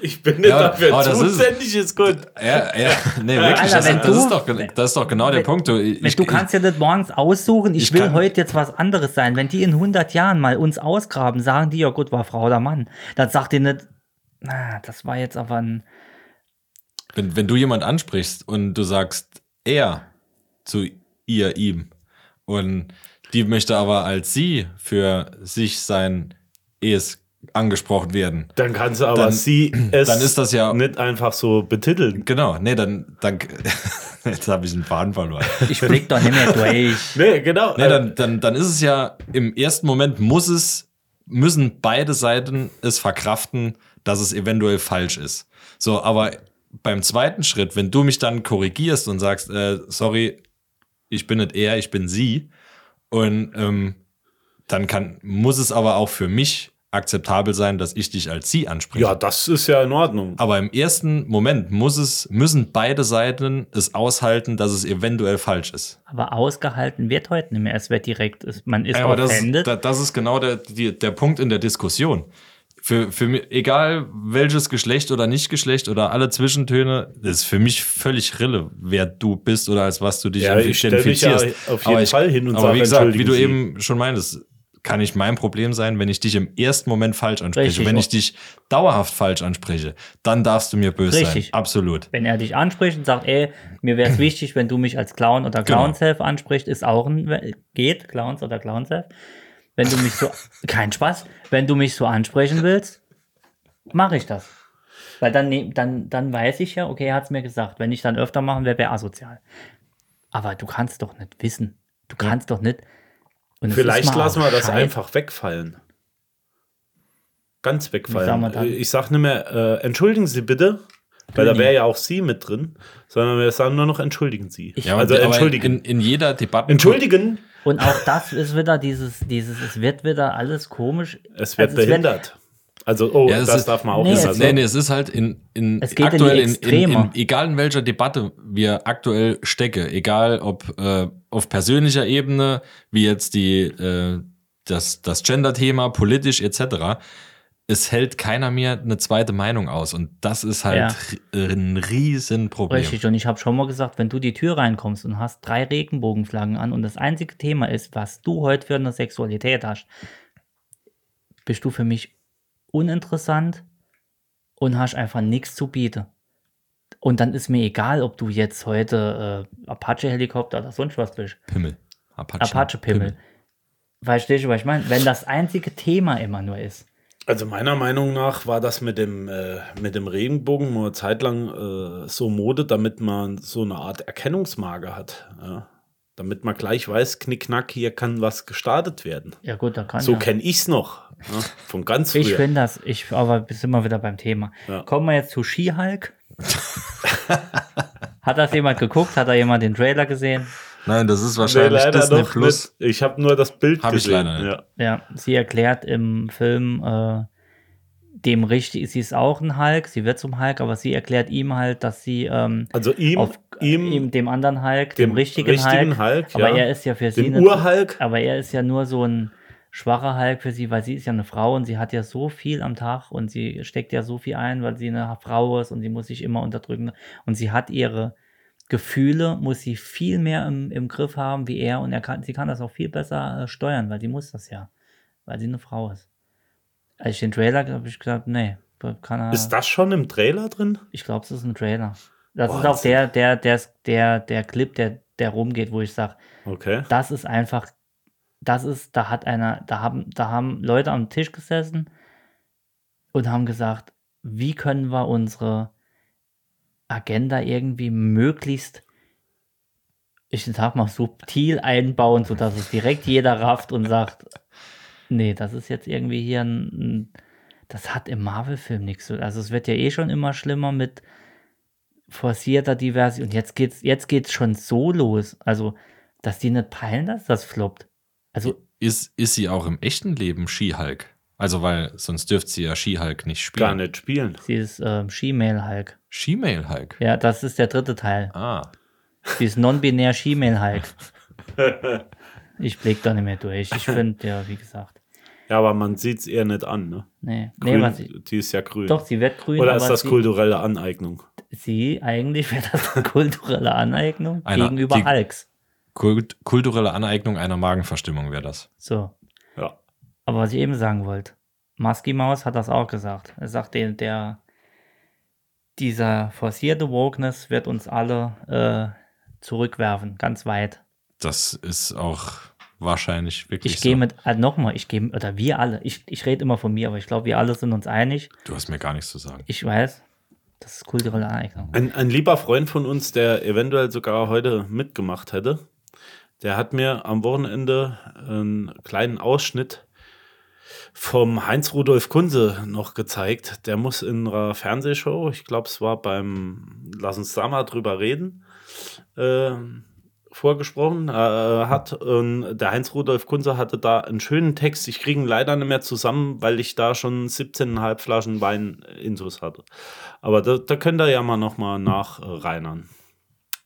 [SPEAKER 6] Ich bin nicht
[SPEAKER 4] Ja,
[SPEAKER 6] dafür
[SPEAKER 4] aber das ist-
[SPEAKER 6] zuständig, ist, gut.
[SPEAKER 4] Ja, ja, nee, wirklich.
[SPEAKER 5] Alter,
[SPEAKER 4] das,
[SPEAKER 5] wenn
[SPEAKER 4] das, ist
[SPEAKER 5] du-
[SPEAKER 4] doch, gen- das ist doch genau der
[SPEAKER 5] wenn-
[SPEAKER 4] Punkt. Du,
[SPEAKER 5] Wenn
[SPEAKER 4] ich,
[SPEAKER 5] du kannst ja nicht morgens aussuchen, ich,
[SPEAKER 4] ich
[SPEAKER 5] will
[SPEAKER 4] kann-
[SPEAKER 5] heute jetzt was anderes sein. Wenn die in 100 Jahren mal uns ausgraben, sagen die, ja gut, war Frau oder Mann. Dann sagt ihr nicht, na, das war jetzt aber ein.
[SPEAKER 4] wenn, wenn du jemand ansprichst und du sagst er zu ihr, ihm und die möchte aber als sie für sich sein es angesprochen werden.
[SPEAKER 6] Dann kannst du aber
[SPEAKER 4] Dann-
[SPEAKER 6] sie es
[SPEAKER 4] dann ist das ja-
[SPEAKER 6] nicht einfach so betiteln.
[SPEAKER 4] Genau, nee, dann, dann jetzt habe ich einen Faden verloren.
[SPEAKER 5] Ich blick doch nicht mehr durch.
[SPEAKER 6] Nee, genau.
[SPEAKER 4] Nee, dann, dann, dann ist es ja im ersten Moment muss es, müssen beide Seiten es verkraften, dass es eventuell falsch ist. So, aber beim zweiten Schritt, wenn du mich dann korrigierst und sagst, äh, sorry, ich bin nicht er, ich bin sie, und ähm, dann kann, muss es aber auch für mich akzeptabel sein, dass ich dich als sie anspreche.
[SPEAKER 6] Äh, Ja, das ist ja in Ordnung.
[SPEAKER 4] Aber im ersten Moment muss es, müssen beide Seiten es aushalten, dass es eventuell falsch ist.
[SPEAKER 5] Aber ausgehalten wird heute nicht mehr. Es wird direkt, es- man ist
[SPEAKER 4] Ja, Äh, aber das,
[SPEAKER 5] offended.
[SPEAKER 4] da- das ist genau der, die, der Punkt in der Diskussion. Für, für mich, egal welches Geschlecht oder nicht Geschlecht oder alle Zwischentöne, das ist für mich völlig Rille, wer du bist oder als was du dich
[SPEAKER 6] Ja, ich stell mich ja auf jeden Fall hin und
[SPEAKER 4] aber
[SPEAKER 6] sag,
[SPEAKER 4] wie gesagt, wie
[SPEAKER 6] entschuldigen
[SPEAKER 4] du
[SPEAKER 6] Sie.
[SPEAKER 4] eben schon meintest, kann nicht mein Problem sein, wenn ich dich im ersten Moment falsch anspreche.
[SPEAKER 5] Richtig.
[SPEAKER 4] Wenn ich dich dauerhaft falsch anspreche, dann darfst du mir böse
[SPEAKER 5] Richtig.
[SPEAKER 4] sein. Absolut.
[SPEAKER 6] Also
[SPEAKER 5] wenn er dich anspricht und sagt, ey, mir wäre es wichtig, wenn du mich als Clown oder
[SPEAKER 4] Genau.
[SPEAKER 5] Clownself ansprichst, ist auch ein, geht, Clowns oder Clownself. Wenn du mich so, kein Spaß, wenn du mich so ansprechen willst, mache ich das. Weil dann, ne- dann, dann weiß ich ja, okay, er hat es mir gesagt. Wenn ich dann öfter machen wäre, wäre asozial. Aber du kannst doch nicht wissen. Du kannst doch nicht. Und es ist
[SPEAKER 6] Vielleicht
[SPEAKER 5] mal
[SPEAKER 6] lassen
[SPEAKER 5] auch
[SPEAKER 6] wir das
[SPEAKER 5] scheiß-
[SPEAKER 6] einfach wegfallen. Ganz
[SPEAKER 5] Was sagen
[SPEAKER 6] wegfallen.
[SPEAKER 5] wir dann?
[SPEAKER 6] ich sag nicht mehr, äh, entschuldigen Sie bitte, weil da wäre ja auch Sie mit drin, sondern wir sagen nur noch, entschuldigen Sie.
[SPEAKER 5] Ich-
[SPEAKER 4] Ja,
[SPEAKER 6] also
[SPEAKER 4] aber
[SPEAKER 6] entschuldigen.
[SPEAKER 4] In, in jeder Debatte.
[SPEAKER 6] entschuldigen,
[SPEAKER 5] Und auch das ist wieder dieses, dieses, es wird wieder alles komisch.
[SPEAKER 6] es wird
[SPEAKER 5] Also
[SPEAKER 6] behindert. also, oh,
[SPEAKER 4] Ja, es
[SPEAKER 6] das
[SPEAKER 4] ist-
[SPEAKER 6] darf man auch
[SPEAKER 5] Nee,
[SPEAKER 6] nicht
[SPEAKER 5] es-
[SPEAKER 4] Es,
[SPEAKER 6] sagen. Also
[SPEAKER 4] nee, nee, es ist halt in, in
[SPEAKER 5] Es geht in die
[SPEAKER 4] aktuell in, in,
[SPEAKER 5] Extreme.
[SPEAKER 4] in egal in welcher Debatte wir aktuell stecke, egal ob äh, auf persönlicher Ebene, wie jetzt die äh, das, das Gender-Thema, politisch etc., es hält keiner mehr eine zweite Meinung aus. Und das ist halt ri- ein Riesenproblem.
[SPEAKER 5] Richtig, und ich habe schon mal gesagt, wenn du die Tür reinkommst und hast drei Regenbogenflaggen an und das einzige Thema ist, was du heute für eine Sexualität hast, bist du für mich uninteressant und hast einfach nichts zu bieten. Und dann ist mir egal, ob du jetzt heute äh, Apache-Helikopter oder sonst was bist.
[SPEAKER 4] Pimmel. Apache.
[SPEAKER 5] Apache-Pimmel. Verstehst du, was ich meine? Wenn das einzige Thema immer nur ist.
[SPEAKER 6] Also meiner Meinung nach war das mit dem, äh, mit dem Regenbogen nur eine Zeit lang äh, so Mode, damit man so eine Art Erkennungsmarke hat. Ja. Damit man gleich weiß, knickknack, hier kann was gestartet werden.
[SPEAKER 5] Ja gut, da kann
[SPEAKER 6] So
[SPEAKER 5] ja.
[SPEAKER 6] kenne ich es noch. Ja, von ganz früher.
[SPEAKER 5] Ich finde das, ich, aber wir sind mal wieder beim Thema.
[SPEAKER 6] Ja.
[SPEAKER 5] Kommen wir jetzt zu She-Hulk. Hat das jemand geguckt? Hat da jemand den Trailer gesehen?
[SPEAKER 4] Nein, das ist
[SPEAKER 6] Nee,
[SPEAKER 4] wahrscheinlich
[SPEAKER 6] leider
[SPEAKER 4] Disney
[SPEAKER 6] noch
[SPEAKER 4] Plus.
[SPEAKER 6] nicht. Ich habe nur das Bild
[SPEAKER 4] Hab ich
[SPEAKER 6] gesehen.
[SPEAKER 4] leider nicht.
[SPEAKER 5] Ja, sie erklärt im Film äh, dem richtig, sie ist auch ein Hulk, sie wird zum Hulk, aber sie erklärt ihm halt, dass sie ähm,
[SPEAKER 6] Also ihm,
[SPEAKER 5] auf äh,
[SPEAKER 6] ihm,
[SPEAKER 5] ihm, dem anderen Hulk, dem,
[SPEAKER 6] dem
[SPEAKER 5] richtigen,
[SPEAKER 6] richtigen
[SPEAKER 5] Hulk,
[SPEAKER 6] Hulk,
[SPEAKER 5] aber
[SPEAKER 6] ja.
[SPEAKER 5] er ist ja für sie
[SPEAKER 6] dem
[SPEAKER 5] eine-
[SPEAKER 6] Urhulk.
[SPEAKER 5] aber er ist ja nur so ein schwacher Hulk für sie, weil sie ist ja eine Frau und sie hat ja so viel am Tag und sie steckt ja so viel ein, weil sie eine Frau ist und sie muss sich immer unterdrücken und sie hat ihre Gefühle, muss sie viel mehr im, im Griff haben wie er und er kann, sie kann das auch viel besser äh, steuern, weil sie muss das ja, weil sie eine Frau ist. Als ich den Trailer habe ich gesagt, nee, kann er,
[SPEAKER 6] Ist das schon im Trailer drin?
[SPEAKER 5] ich glaube, es ist ein Trailer. Das
[SPEAKER 6] Boah,
[SPEAKER 5] ist auch
[SPEAKER 6] das-
[SPEAKER 5] der, der, der, der, der Clip, der, der rumgeht, wo ich sage,
[SPEAKER 6] Okay.
[SPEAKER 5] das ist einfach, das ist, da hat einer, da haben, da haben Leute am Tisch gesessen und haben gesagt, wie können wir unsere Agenda irgendwie möglichst, ich sag mal, subtil einbauen, sodass es direkt jeder rafft und sagt, nee, das ist jetzt irgendwie hier ein, ein das hat im Marvel-Film nichts zu Also es wird ja eh schon immer schlimmer mit forcierter Diversität. Und jetzt geht's, jetzt geht's schon so los. Also, dass die nicht peilen, dass das floppt. Also,
[SPEAKER 4] Ist, ist sie auch im echten Leben She-Hulk? Also, weil sonst dürfte sie ja She-Hulk nicht spielen.
[SPEAKER 6] Gar nicht spielen.
[SPEAKER 5] sie ist ähm, She-Mail-Hulk.
[SPEAKER 4] She-Mail-Hulk.
[SPEAKER 5] Ja, das ist der dritte Teil.
[SPEAKER 4] Ah.
[SPEAKER 5] Sie ist non-binär She-Mail-Hulk. ich blick da nicht mehr durch. Ich finde, ja, wie gesagt.
[SPEAKER 6] Ja, aber man sieht es eher nicht an, ne?
[SPEAKER 5] Nee,
[SPEAKER 6] Grün,
[SPEAKER 5] nee was ich,
[SPEAKER 6] die ist ja grün.
[SPEAKER 5] doch, sie wird grün.
[SPEAKER 6] Oder ist das
[SPEAKER 5] sie,
[SPEAKER 6] kulturelle Aneignung?
[SPEAKER 5] sie eigentlich wäre das eine kulturelle Aneignung
[SPEAKER 4] Einer,
[SPEAKER 5] gegenüber
[SPEAKER 4] die-
[SPEAKER 5] Hulks.
[SPEAKER 4] Kult kulturelle Aneignung einer Magenverstimmung wäre das.
[SPEAKER 5] So.
[SPEAKER 6] Ja.
[SPEAKER 5] Aber was ich eben sagen wollte, Musky Mouse hat das auch gesagt. Er sagt, der, der dieser forcierte Wokeness wird uns alle äh, zurückwerfen, ganz weit.
[SPEAKER 4] Das ist auch wahrscheinlich wirklich
[SPEAKER 5] Ich gehe
[SPEAKER 4] so.
[SPEAKER 5] mit, äh, nochmal, ich gehe, oder wir alle, ich, ich rede immer von mir, aber ich glaube, wir alle sind uns einig.
[SPEAKER 4] Du hast mir gar nichts zu sagen.
[SPEAKER 5] Ich weiß, das ist kulturelle Aneignung.
[SPEAKER 6] Ein, ein lieber Freund von uns, der eventuell sogar heute mitgemacht hätte, der hat mir am Wochenende einen kleinen Ausschnitt vom Heinz Rudolf Kunze noch gezeigt. Der muss in einer Fernsehshow, ich glaube, es war beim Lass uns da mal drüber reden, ähm, vorgesprochen äh, hat. Und der Heinz Rudolf Kunze hatte da einen schönen Text. Ich kriege ihn leider nicht mehr zusammen, weil ich da schon 17,5 Flaschen Wein intus hatte. Aber da, da könnt ihr ja mal nochmal nachreinern.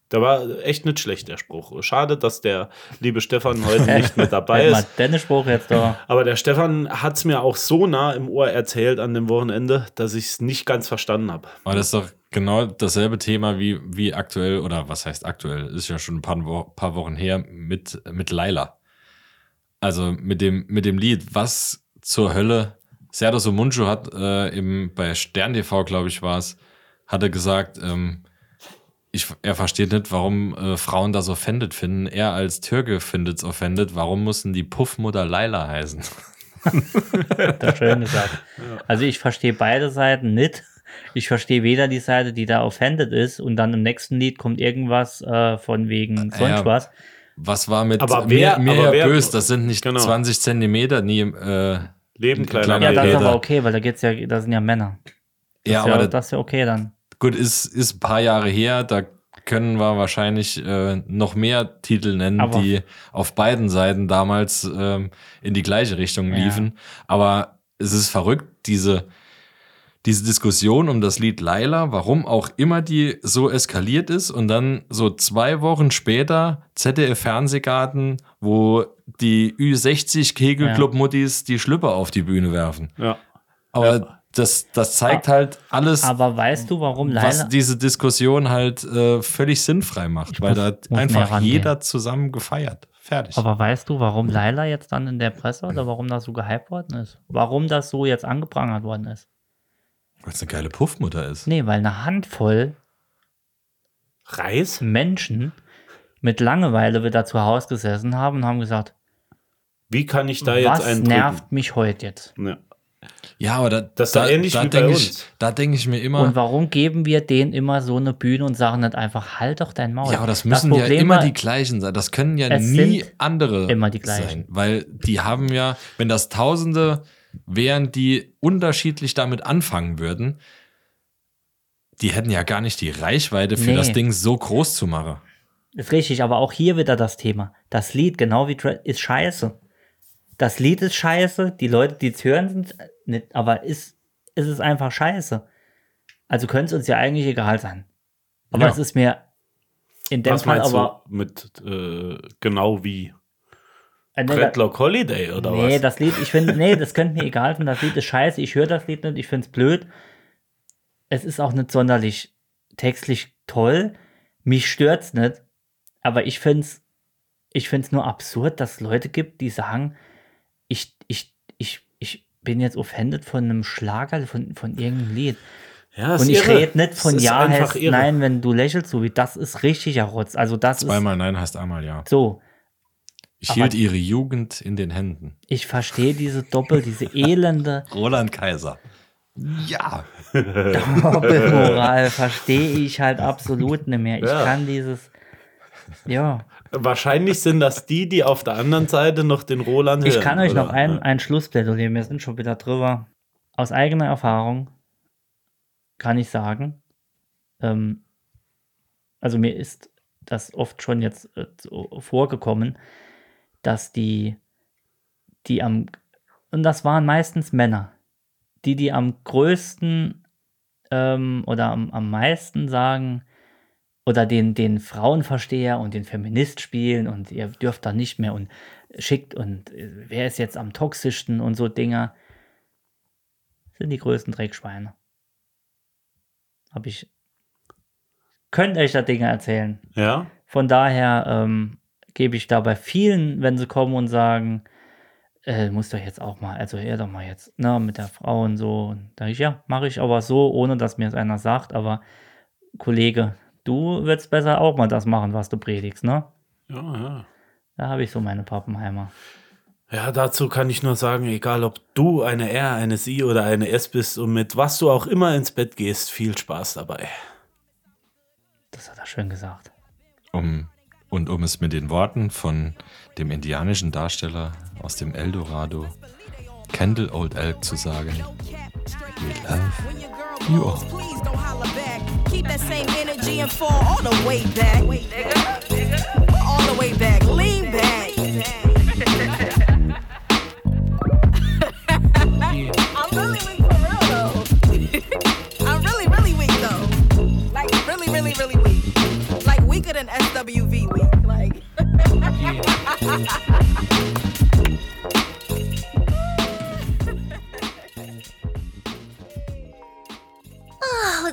[SPEAKER 6] Da war echt nicht schlecht der Spruch. Schade, dass der liebe Stefan heute nicht mit dabei
[SPEAKER 5] Hätten wir
[SPEAKER 6] ist.
[SPEAKER 5] deinen Halt Spruch jetzt da.
[SPEAKER 6] Aber der Stefan hat es mir auch so nah im Ohr erzählt an dem Wochenende, dass ich es nicht ganz verstanden habe.
[SPEAKER 4] Aber das ist doch genau dasselbe Thema wie, wie aktuell, oder was heißt aktuell, ist ja schon ein paar, Wo paar Wochen her mit, mit Laila. Also mit dem, mit dem Lied, was zur Hölle. Serdo Sumuncu hat äh, im, bei Stern TV, glaube ich, war es, hatte gesagt, ähm, ich, er versteht nicht, warum äh, Frauen das offended finden. Er als Türke findet es offended. Warum mussten die Puffmutter Laila heißen?
[SPEAKER 5] Das schön gesagt. Also ich verstehe beide Seiten nicht. Ich verstehe weder die Seite, die da offended ist und dann im nächsten Lied kommt irgendwas äh, von wegen sonst
[SPEAKER 4] Ja.
[SPEAKER 5] was.
[SPEAKER 4] Was war mit
[SPEAKER 6] Aber
[SPEAKER 4] mir,
[SPEAKER 6] wer-
[SPEAKER 4] mir
[SPEAKER 6] aber
[SPEAKER 4] ja
[SPEAKER 6] wer-
[SPEAKER 4] böse? Das sind nicht
[SPEAKER 6] Genau.
[SPEAKER 4] 20 Zentimeter, nie äh,
[SPEAKER 6] Leben kleiner
[SPEAKER 4] Kleiner
[SPEAKER 5] Ja,
[SPEAKER 4] Ja,
[SPEAKER 5] das ist
[SPEAKER 4] jeder.
[SPEAKER 5] aber okay, weil da geht's ja, da sind ja Männer.
[SPEAKER 4] Ja,
[SPEAKER 5] ist
[SPEAKER 4] aber
[SPEAKER 5] ja,
[SPEAKER 4] das,
[SPEAKER 5] das ist ja okay dann.
[SPEAKER 4] gut, ist, ist ein paar Jahre her, da können wir wahrscheinlich äh, noch mehr Titel nennen,
[SPEAKER 5] Aber-
[SPEAKER 4] die auf beiden Seiten damals ähm, in die gleiche Richtung
[SPEAKER 5] Ja.
[SPEAKER 4] liefen. Aber es ist verrückt, diese, diese Diskussion um das Lied Laila, warum auch immer die so eskaliert ist und dann so zwei Wochen später ZDF-Fernsehgarten, wo die Ü60-Kegelclub-Muttis die Schlüpper auf die Bühne werfen.
[SPEAKER 6] Ja.
[SPEAKER 4] Aber das, das zeigt halt alles,
[SPEAKER 5] Aber weißt du, warum Laila?
[SPEAKER 4] was diese Diskussion halt äh, völlig sinnfrei macht, weil
[SPEAKER 5] muss-
[SPEAKER 4] da
[SPEAKER 5] muss mehr
[SPEAKER 4] einfach
[SPEAKER 5] rangehen.
[SPEAKER 4] jeder zusammen gefeiert. Fertig.
[SPEAKER 5] Aber weißt du, warum Laila jetzt dann in der Presse oder warum das so gehypt worden ist? Warum das so jetzt angeprangert worden ist?
[SPEAKER 4] Weil es eine geile Puffmutter ist.
[SPEAKER 5] Nee, weil eine Handvoll
[SPEAKER 6] Reis?
[SPEAKER 5] Menschen mit Langeweile wieder zu Hause gesessen haben und haben gesagt,
[SPEAKER 6] Wie kann ich da jetzt
[SPEAKER 5] was
[SPEAKER 6] einen
[SPEAKER 5] nervt mich heute jetzt?
[SPEAKER 6] drücken? Ja.
[SPEAKER 4] Ja, aber da,
[SPEAKER 6] Das ist ja ähnlich wie bei
[SPEAKER 4] denk Ich,
[SPEAKER 6] uns.
[SPEAKER 4] da denke ich mir immer,
[SPEAKER 5] Und warum geben wir denen immer so eine Bühne und sagen nicht einfach, halt doch dein Maul.
[SPEAKER 4] ja, aber das müssen ja
[SPEAKER 5] Problem
[SPEAKER 4] immer
[SPEAKER 5] war-
[SPEAKER 4] die gleichen sein. Das können ja
[SPEAKER 5] Es
[SPEAKER 4] nie
[SPEAKER 5] sind
[SPEAKER 4] andere
[SPEAKER 5] immer die gleichen.
[SPEAKER 4] sein, weil die haben ja, wenn das Tausende wären, die unterschiedlich damit anfangen würden, die hätten ja gar nicht die Reichweite für
[SPEAKER 5] Nee.
[SPEAKER 4] das Ding so groß zu machen.
[SPEAKER 5] Ist richtig, aber auch hier wieder das Thema. Das Lied, genau wie Dre ist scheiße. Das Lied ist scheiße, die Leute, die es hören, sind nicht, aber ist, ist es einfach scheiße. Also könnte es uns ja eigentlich egal sein. Aber
[SPEAKER 4] Ja.
[SPEAKER 5] es ist mir in dem
[SPEAKER 6] Was
[SPEAKER 5] Fall
[SPEAKER 6] meinst
[SPEAKER 5] aber.
[SPEAKER 6] du mit äh, genau wie?
[SPEAKER 5] Äh, nee, da-
[SPEAKER 6] Dreadlock Holiday oder
[SPEAKER 5] nee,
[SPEAKER 6] was?
[SPEAKER 5] das Lied, ich finde, nee, das könnte mir egal sein. Das Lied ist scheiße, ich höre das Lied nicht, ich finde es blöd. Es ist auch nicht sonderlich textlich toll. Mich stört's nicht, aber ich finde es ich find's nur absurd, dass es Leute gibt, die sagen, ich, ich, ich, ich bin jetzt offended von einem Schlager, von, von irgendeinem Lied.
[SPEAKER 6] ja, ist
[SPEAKER 5] Und ich
[SPEAKER 6] irre.
[SPEAKER 5] rede nicht von
[SPEAKER 6] Es ist
[SPEAKER 5] Ja,
[SPEAKER 6] einfach
[SPEAKER 5] heißt
[SPEAKER 6] irre.
[SPEAKER 5] nein, wenn du lächelst, so wie das ist richtiger Rotz. Also das ist
[SPEAKER 4] Zweimal nein heißt einmal ja.
[SPEAKER 5] so.
[SPEAKER 4] Ich
[SPEAKER 5] Aber-
[SPEAKER 4] hielt ihre Jugend in den Händen.
[SPEAKER 5] Ich verstehe diese Doppel, diese elende
[SPEAKER 4] Roland Kaiser. Ja.
[SPEAKER 5] Doppelmoral verstehe ich halt absolut nicht mehr. Ich
[SPEAKER 6] Ja.
[SPEAKER 5] kann dieses. Ja,
[SPEAKER 6] Wahrscheinlich sind das die, die auf der anderen Seite noch den Roland
[SPEAKER 5] ich
[SPEAKER 6] hören,
[SPEAKER 5] kann euch
[SPEAKER 6] oder?
[SPEAKER 5] noch ein, ein Schlussplädoyer, wir sind schon wieder drüber. Aus eigener Erfahrung kann ich sagen, ähm, also mir ist das oft schon jetzt äh, so vorgekommen, dass die, die am, und das waren meistens Männer, die, die am größten ähm, oder am, am meisten sagen, oder den, den Frauenversteher und den Feminist spielen und ihr dürft da nicht mehr und schickt und äh, wer ist jetzt am toxischsten und so Dinger, sind die größten Dreckschweine. Hab ich. Könnt euch da Dinge erzählen.
[SPEAKER 6] Ja,
[SPEAKER 5] Von daher ähm, gebe ich da bei vielen, wenn sie kommen und sagen, äh, muss doch jetzt auch mal, also er doch mal jetzt, ne, mit der Frau und so. Und da ich, ja, mache ich aber so, ohne dass mir es einer sagt, aber Kollege, du würdest besser auch mal das machen, was du predigst, ne?
[SPEAKER 6] ja, ja.
[SPEAKER 5] Da habe ich so meine Pappenheimer.
[SPEAKER 6] Ja, dazu kann ich nur sagen, egal ob du eine R, eine Sie oder eine S bist und mit was du auch immer ins Bett gehst, viel Spaß dabei.
[SPEAKER 5] Das hat er schön gesagt.
[SPEAKER 4] Um, und um es mit den Worten von dem indianischen Darsteller aus dem Eldorado Kendall Old Elk zu sagen.
[SPEAKER 2] No cap, straight
[SPEAKER 4] love you all.
[SPEAKER 3] Please don't holler back. Keep that same energy and fall all the way back. All the way back. Lean back. I'm really weak for real though. I'm really, really weak though. Like really, really, really weak. Like weaker than SWV weak. Like
[SPEAKER 1] Oh,